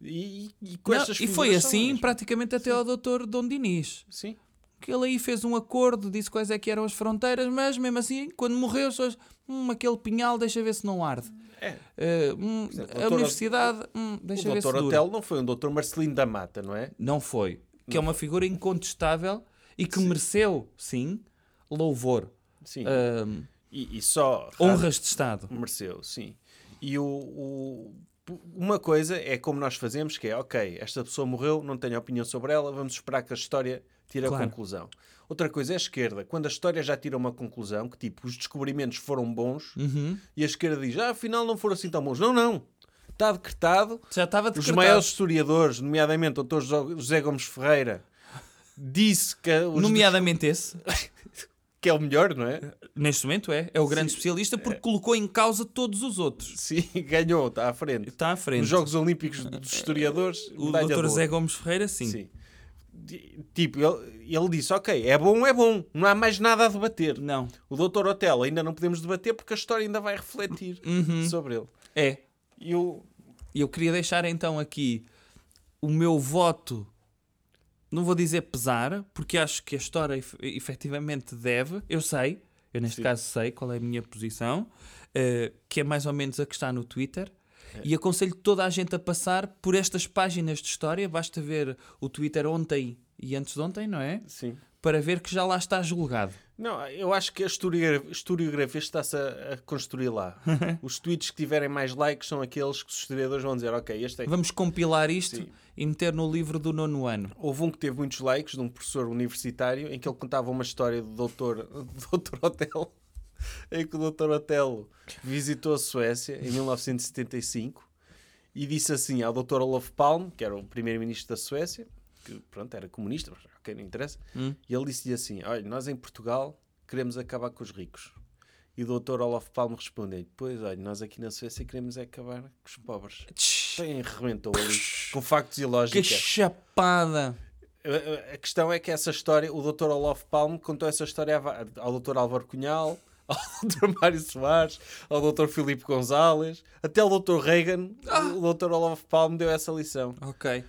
Speaker 2: E, e com
Speaker 3: Não,
Speaker 2: estas
Speaker 3: e foi
Speaker 2: figuras são
Speaker 3: assim
Speaker 2: elas.
Speaker 3: praticamente até ao doutor Dom Dinis.
Speaker 2: Sim,
Speaker 3: Que ele aí fez um acordo, disse quais é que eram as fronteiras, mas mesmo assim, quando morreu, as pessoas, hum, aquele pinhal, deixa ver se não arde.
Speaker 2: é.
Speaker 3: Eh, hum,
Speaker 2: exemplo, o
Speaker 3: a
Speaker 2: doutor-
Speaker 3: universidade, hum, deixa
Speaker 2: o
Speaker 3: ver se
Speaker 2: doutor
Speaker 3: dura.
Speaker 2: Hotel não foi um doutor Marcelino da Mata, não é?
Speaker 3: Não foi. Que é uma figura incontestável e que mereceu, sim, louvor,
Speaker 2: Sim.
Speaker 3: hum,
Speaker 2: e, e só.
Speaker 3: honras de Estado.
Speaker 2: Mereceu, sim. E o, o- uma coisa é como nós fazemos, que é, ok, esta pessoa morreu, não tenho opinião sobre ela, vamos esperar que a história tire a
Speaker 3: Claro.
Speaker 2: conclusão. Outra coisa é a esquerda. Quando a história já tira uma conclusão, que tipo, os descobrimentos foram bons,
Speaker 3: Uhum.
Speaker 2: e a esquerda diz, ah, afinal não foram assim tão bons. Não, não. Está decretado.
Speaker 3: Já estava
Speaker 2: Os
Speaker 3: decretado.
Speaker 2: maiores historiadores, nomeadamente o Dr. Jo- José Gomes Ferreira, disse que, os-
Speaker 3: Nomeadamente esse,
Speaker 2: que é o melhor, não é?
Speaker 3: neste momento é, é o grande especialista porque colocou em causa todos os outros.
Speaker 2: Sim, ganhou, está à frente.
Speaker 3: Está à frente.
Speaker 2: Nos Jogos Olímpicos dos Historiadores,
Speaker 3: eh, O
Speaker 2: medalha de
Speaker 3: Dr.
Speaker 2: ouro.
Speaker 3: Zé Gomes Ferreira, sim.
Speaker 2: Sim. Di- Tipo, ele, ele disse: Ok, é bom, é bom, não há mais nada a debater.
Speaker 3: Não.
Speaker 2: O Doutor Hotel ainda não podemos debater porque a história ainda vai refletir
Speaker 3: Uhum.
Speaker 2: sobre ele.
Speaker 3: É.
Speaker 2: E o.
Speaker 3: E eu queria deixar então aqui o meu voto, não vou dizer pesar, porque acho que a história ef- efetivamente deve, eu sei, eu neste
Speaker 2: Sim.
Speaker 3: caso sei qual é a minha posição, eh, que é mais ou menos a que está no Twitter.
Speaker 2: É.
Speaker 3: E aconselho toda a gente a passar por estas páginas de história. Basta ver o Twitter ontem e antes de ontem, não é?
Speaker 2: Sim.
Speaker 3: Para ver que já lá está julgado.
Speaker 2: Não, eu acho que a historiogra- historiografia está-se a, a construir lá. Os tweets que tiverem mais likes são aqueles que os historiadores vão dizer: Ok, este é.
Speaker 3: Vamos compilar isto
Speaker 2: Sim.
Speaker 3: e meter no livro do nono ano.
Speaker 2: Houve um que teve muitos likes de um professor universitário em que ele contava uma história do doutor, do doutor Otelo, em que o doutor Otelo visitou a Suécia em 1975 e disse assim ao doutor Olof Palme, que era o primeiro-ministro da Suécia, que pronto, era comunista, mas ok, não interessa, e ele disse-lhe assim, olha, nós em Portugal queremos acabar com os ricos. E o doutor Olof Palme respondeu pois, olha, nós aqui na Suécia queremos é acabar com os pobres.
Speaker 3: Tch,
Speaker 2: Bem, arrebentou então, ali, com factos e lógica.
Speaker 3: que chapada!
Speaker 2: A- A a questão é que essa história, o Dr. Olof Palme contou essa história a va- ao Dr. Álvaro Cunhal, ao Dr. Mário Soares, ao Dr. Filipe Gonzalez, até ao Dr. Reagan,
Speaker 3: Ah!
Speaker 2: o Dr. Olof Palme deu essa lição.
Speaker 3: Ok.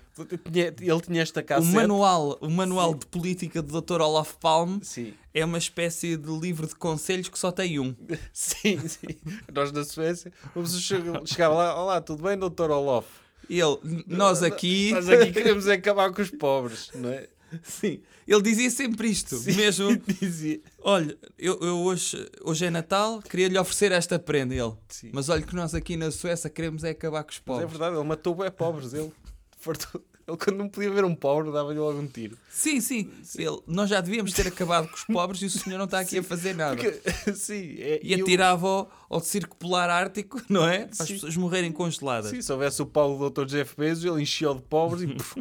Speaker 2: Tinha- Ele tinha esta
Speaker 3: O
Speaker 2: cassete.
Speaker 3: manual, o manual de política do Dr. Olaf Palme
Speaker 2: Sim,
Speaker 3: é uma espécie de livro de conselhos que só tem um.
Speaker 2: sim, sim. Nós na Suécia, vamos che- chegava lá, olá, tudo bem, Dr. Olof?
Speaker 3: Ele, n- nós aqui.
Speaker 2: Nós aqui queremos é acabar com os pobres, não é?
Speaker 3: Sim. Ele dizia sempre isto, mesmo.
Speaker 2: Dizia.
Speaker 3: Olha, eu, eu hoje, hoje é Natal, queria lhe oferecer esta prenda. Ele,
Speaker 2: Sim.
Speaker 3: mas olha que nós aqui na Suécia queremos é acabar com os
Speaker 2: Mas é
Speaker 3: pobres.
Speaker 2: verdade, ele matou é pobres, ele. Fartou- Ele quando não podia ver um pobre, dava-lhe logo um tiro.
Speaker 3: Sim, sim. Ele, nós já devíamos ter acabado com os pobres e o senhor não está aqui a fazer nada.
Speaker 2: Porque- sim, é,
Speaker 3: E
Speaker 2: eu-
Speaker 3: atirava ao, ao circo polar ártico, não é? Para as
Speaker 2: Sim.
Speaker 3: pessoas morrerem congeladas.
Speaker 2: sim, se houvesse o pau do Dr. Jeff Bezos, ele enchia-o de pobres e, puf,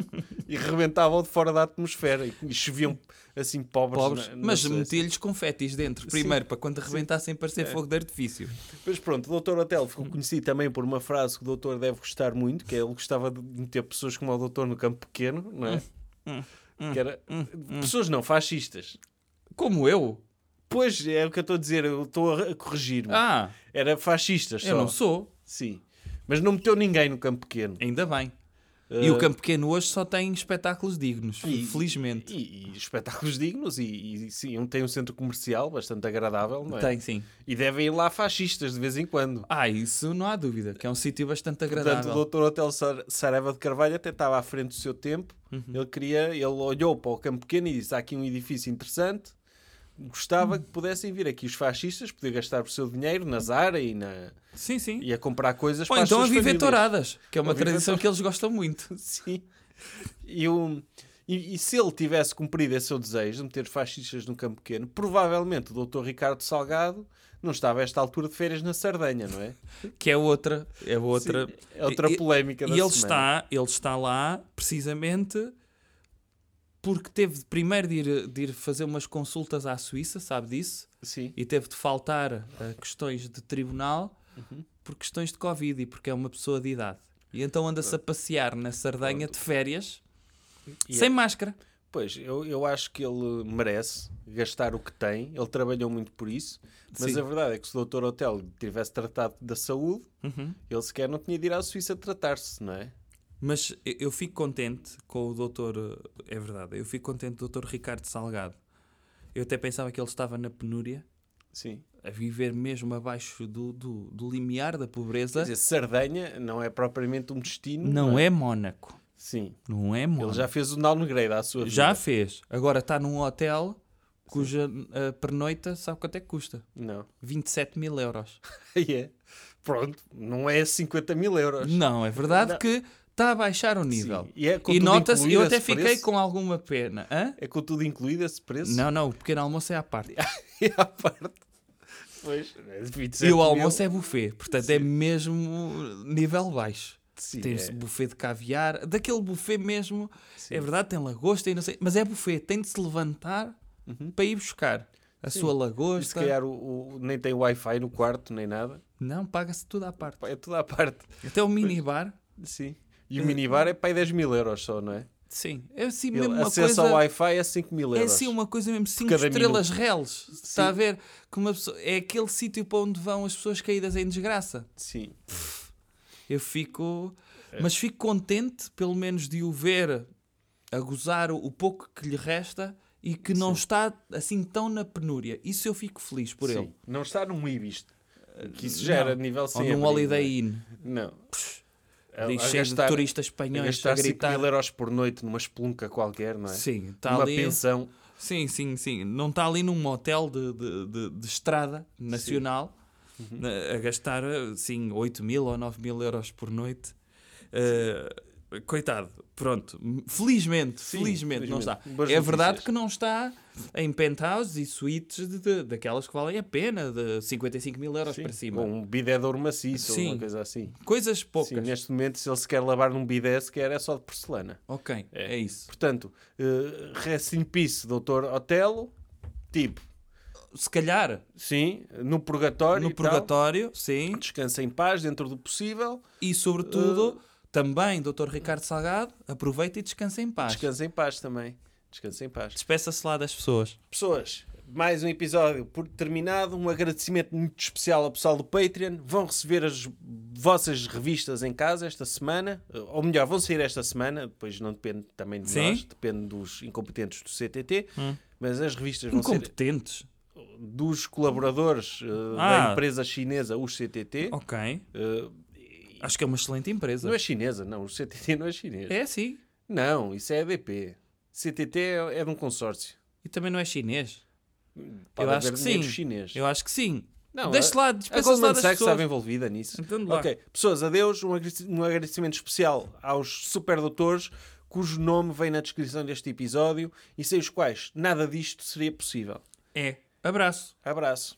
Speaker 2: e rebentava-o de fora da atmosfera. E, e choviam assim pobres.
Speaker 3: pobres,
Speaker 2: na- na
Speaker 3: mas
Speaker 2: Suécia.
Speaker 3: metia-lhes confetis dentro, primeiro, para quando arrebentassem parecer
Speaker 2: É.
Speaker 3: fogo de artifício.
Speaker 2: Mas pronto, o Dr. Otelo ficou conhecido também por uma frase que o Dr. deve gostar muito, que é ele gostava de meter pessoas como o Dr. no campo pequeno, não
Speaker 3: Hum,
Speaker 2: é? Que era, pessoas não, fascistas.
Speaker 3: Como eu?
Speaker 2: Pois, é o que eu estou a dizer, eu estou a a corrigir-me.
Speaker 3: Ah,
Speaker 2: Era fascistas só.
Speaker 3: eu não sou,
Speaker 2: Sim. Mas não meteu ninguém no campo pequeno.
Speaker 3: ainda bem. E o
Speaker 2: Ah,
Speaker 3: Campo Pequeno hoje só tem espetáculos dignos,
Speaker 2: E-
Speaker 3: felizmente.
Speaker 2: E, e espetáculos dignos e, e, sim, um- tem um centro comercial bastante agradável, não é?
Speaker 3: Tem, sim.
Speaker 2: E devem ir lá fascistas de vez em quando.
Speaker 3: Ah, isso não há dúvida, que é um sítio bastante
Speaker 2: Portanto,
Speaker 3: agradável.
Speaker 2: o Dr. Hotel Saraiva de Carvalho até estava à frente do seu tempo.
Speaker 3: Uhum.
Speaker 2: Ele queria, ele olhou para o campo pequeno e disse: há aqui um edifício interessante. Gostava
Speaker 3: Uhum.
Speaker 2: que pudessem vir aqui os fascistas, poder gastar o seu dinheiro na Zara e, na,
Speaker 3: Sim, sim.
Speaker 2: e a comprar coisas
Speaker 3: Ou
Speaker 2: para
Speaker 3: então a
Speaker 2: as suas
Speaker 3: viver
Speaker 2: famílias.
Speaker 3: touradas, que é uma
Speaker 2: A viver
Speaker 3: tradição que eles gostam muito.
Speaker 2: Sim. E, o- e- e se ele tivesse cumprido esse seu desejo de meter fascistas no campo pequeno, provavelmente o Dr. Ricardo Salgado não estava a esta altura de férias na Sardenha, não é?
Speaker 3: Que é outra, é outra.
Speaker 2: Sim, é outra
Speaker 3: e-
Speaker 2: polémica da
Speaker 3: E ele
Speaker 2: semana.
Speaker 3: está, ele está lá precisamente porque teve de primeiro de ir, de ir fazer umas consultas à Suíça, sabe disso?
Speaker 2: Sim.
Speaker 3: E teve de faltar a questões de tribunal
Speaker 2: Uhum.
Speaker 3: por questões de Covid e porque é uma pessoa de idade. E então anda-se a passear na Sardenha de férias
Speaker 2: E é-
Speaker 3: sem máscara.
Speaker 2: Pois, eu, eu acho que ele merece gastar o que tem. Ele trabalhou muito por isso. Mas
Speaker 3: Sim.
Speaker 2: a verdade é que se o Dr. Hotel tivesse tratado da saúde,
Speaker 3: Uhum.
Speaker 2: ele sequer não tinha de ir à Suíça tratar-se, não é?
Speaker 3: Mas eu- eu fico contente com o doutor, eh, é verdade, eu fico contente com o doutor Ricardo Salgado. Eu até pensava que ele estava na penúria,
Speaker 2: Sim.
Speaker 3: a viver mesmo abaixo do, do, do limiar da pobreza.
Speaker 2: Quer dizer, Sardenha não é propriamente um destino.
Speaker 3: Não é Mónaco.
Speaker 2: Sim.
Speaker 3: Não é
Speaker 2: Ele
Speaker 3: Mónaco.
Speaker 2: já fez o downgrade à sua vida.
Speaker 3: Já fez. Agora está num hotel cuja eh, pernoita sabe quanto é que custa?
Speaker 2: Não.
Speaker 3: 27 mil euros.
Speaker 2: Aí é. Pronto, não é 50 mil euros.
Speaker 3: Não, é verdade
Speaker 2: Não.
Speaker 3: que está a baixar o nível.
Speaker 2: E é com
Speaker 3: E
Speaker 2: tudo
Speaker 3: nota-se, eu
Speaker 2: incluído
Speaker 3: até
Speaker 2: esse
Speaker 3: fiquei
Speaker 2: preço?
Speaker 3: com alguma pena. Hã?
Speaker 2: É com tudo incluído esse preço?
Speaker 3: Não, não, o pequeno almoço é à parte.
Speaker 2: E à parte. Pois, é 27
Speaker 3: E o
Speaker 2: mil.
Speaker 3: almoço é buffet, portanto é mesmo nível baixo.
Speaker 2: Sim,
Speaker 3: Tem-se
Speaker 2: é.
Speaker 3: buffet de caviar, daquele buffet mesmo,
Speaker 2: Sim.
Speaker 3: é verdade, tem lagosta e não sei, mas é buffet, tem de se levantar para ir buscar a sua
Speaker 2: Uhum. E se
Speaker 3: lagosta.
Speaker 2: calhar o, o- nem tem Wi-Fi no quarto, nem nada.
Speaker 3: Não, paga-se tudo à parte.
Speaker 2: Pá, É tudo à parte.
Speaker 3: Até o minibar,
Speaker 2: Sim. E
Speaker 3: Eh,
Speaker 2: o minibar é para aí 10 mil euros só, não é?
Speaker 3: sim, é assim
Speaker 2: Ele,
Speaker 3: mesmo uma
Speaker 2: acesso
Speaker 3: coisa.
Speaker 2: ao Wi-Fi é 5 mil
Speaker 3: É
Speaker 2: euros.
Speaker 3: assim uma coisa mesmo, cinco
Speaker 2: cada
Speaker 3: estrelas reles. Está a ver? Que uma pessoa, é aquele sítio para onde vão as pessoas caídas em desgraça.
Speaker 2: Sim.
Speaker 3: Eu fico.
Speaker 2: É.
Speaker 3: Mas fico contente, pelo menos, de o ver a gozar o, o pouco que lhe resta e que não está assim tão na penúria. Isso eu fico feliz por
Speaker 2: Sim.
Speaker 3: ele. Eh,
Speaker 2: Não está num Ibis. Que isso já era
Speaker 3: Não.
Speaker 2: nível
Speaker 3: Ou
Speaker 2: sem
Speaker 3: num
Speaker 2: abrigo,
Speaker 3: Holiday Inn.
Speaker 2: Não. é? não. A-
Speaker 3: ali
Speaker 2: a
Speaker 3: cheio de
Speaker 2: gastar-
Speaker 3: turistas
Speaker 2: A
Speaker 3: espanhóis a
Speaker 2: gastar 5
Speaker 3: gritar.
Speaker 2: mil euros por noite numa espelunca qualquer, não é?
Speaker 3: Sim, está
Speaker 2: Uma
Speaker 3: ali.
Speaker 2: pensão.
Speaker 3: Sim, sim, sim. Não está ali num motel de, de, de- de estrada nacional
Speaker 2: Uhum.
Speaker 3: na- a gastar, sim, 8 mil ou 9 mil euros por noite. Eh, coitado, pronto. Felizmente,
Speaker 2: Sim,
Speaker 3: felizmente não está.
Speaker 2: felizmente. Boas
Speaker 3: é verdade
Speaker 2: notícias.
Speaker 3: que não está em penthouses e suítes de, de- daquelas que valem a pena, de 55 mil euros
Speaker 2: Sim.
Speaker 3: para cima.
Speaker 2: Ou um bidé de ouro maciço, ou
Speaker 3: Sim.
Speaker 2: uma coisa assim.
Speaker 3: Coisas poucas.
Speaker 2: Sim, neste momento, se ele se quer lavar num bidé, sequer é só de porcelana.
Speaker 3: Ok, é, isso.
Speaker 2: Portanto, uh, rest in peace, doutor Otelo. Tipo,
Speaker 3: Se calhar,
Speaker 2: sim, no purgatório.
Speaker 3: no
Speaker 2: e tal.
Speaker 3: purgatório, sim.
Speaker 2: Descansa em paz, dentro do possível.
Speaker 3: E sobretudo, também, Dr. Ricardo Salgado, aproveita e descansa em paz.
Speaker 2: Descansa em paz também. Descansa em paz.
Speaker 3: Despeça-se lá das pessoas.
Speaker 2: Pessoas, mais um episódio por terminado. Um agradecimento muito especial ao pessoal do Patreon. Vão receber as vossas revistas em casa esta semana, Eh, ou melhor, vão sair esta semana. Depois não depende também de
Speaker 3: Sim.
Speaker 2: nós, depende dos incompetentes do CTT.
Speaker 3: Hum.
Speaker 2: Mas as revistas vão ser
Speaker 3: Incompetentes.
Speaker 2: dos colaboradores eh,
Speaker 3: Ah.
Speaker 2: da empresa chinesa, os CTT.
Speaker 3: Ok.
Speaker 2: Eh,
Speaker 3: Acho que é uma excelente empresa.
Speaker 2: não é chinesa, não. O CTT não é chinês.
Speaker 3: É, sim.
Speaker 2: Não, isso é EDP. CTT é, é de um consórcio.
Speaker 3: E também não é chinês.
Speaker 2: Pode
Speaker 3: acho
Speaker 2: haver
Speaker 3: que
Speaker 2: dinheiro
Speaker 3: sim.
Speaker 2: chinês.
Speaker 3: Eu acho que sim.
Speaker 2: Não,
Speaker 3: Deixe lá,
Speaker 2: A
Speaker 3: despeça-se lá
Speaker 2: Goldman
Speaker 3: das
Speaker 2: Sachs
Speaker 3: pessoas.
Speaker 2: estava envolvida nisso.
Speaker 3: Então, lá.
Speaker 2: Ok, pessoas, adeus. Um agrade- um agradecimento especial aos superdotores cujo nome vem na descrição deste episódio e sem os quais nada disto seria possível.
Speaker 3: É. Abraço.
Speaker 2: Abraço.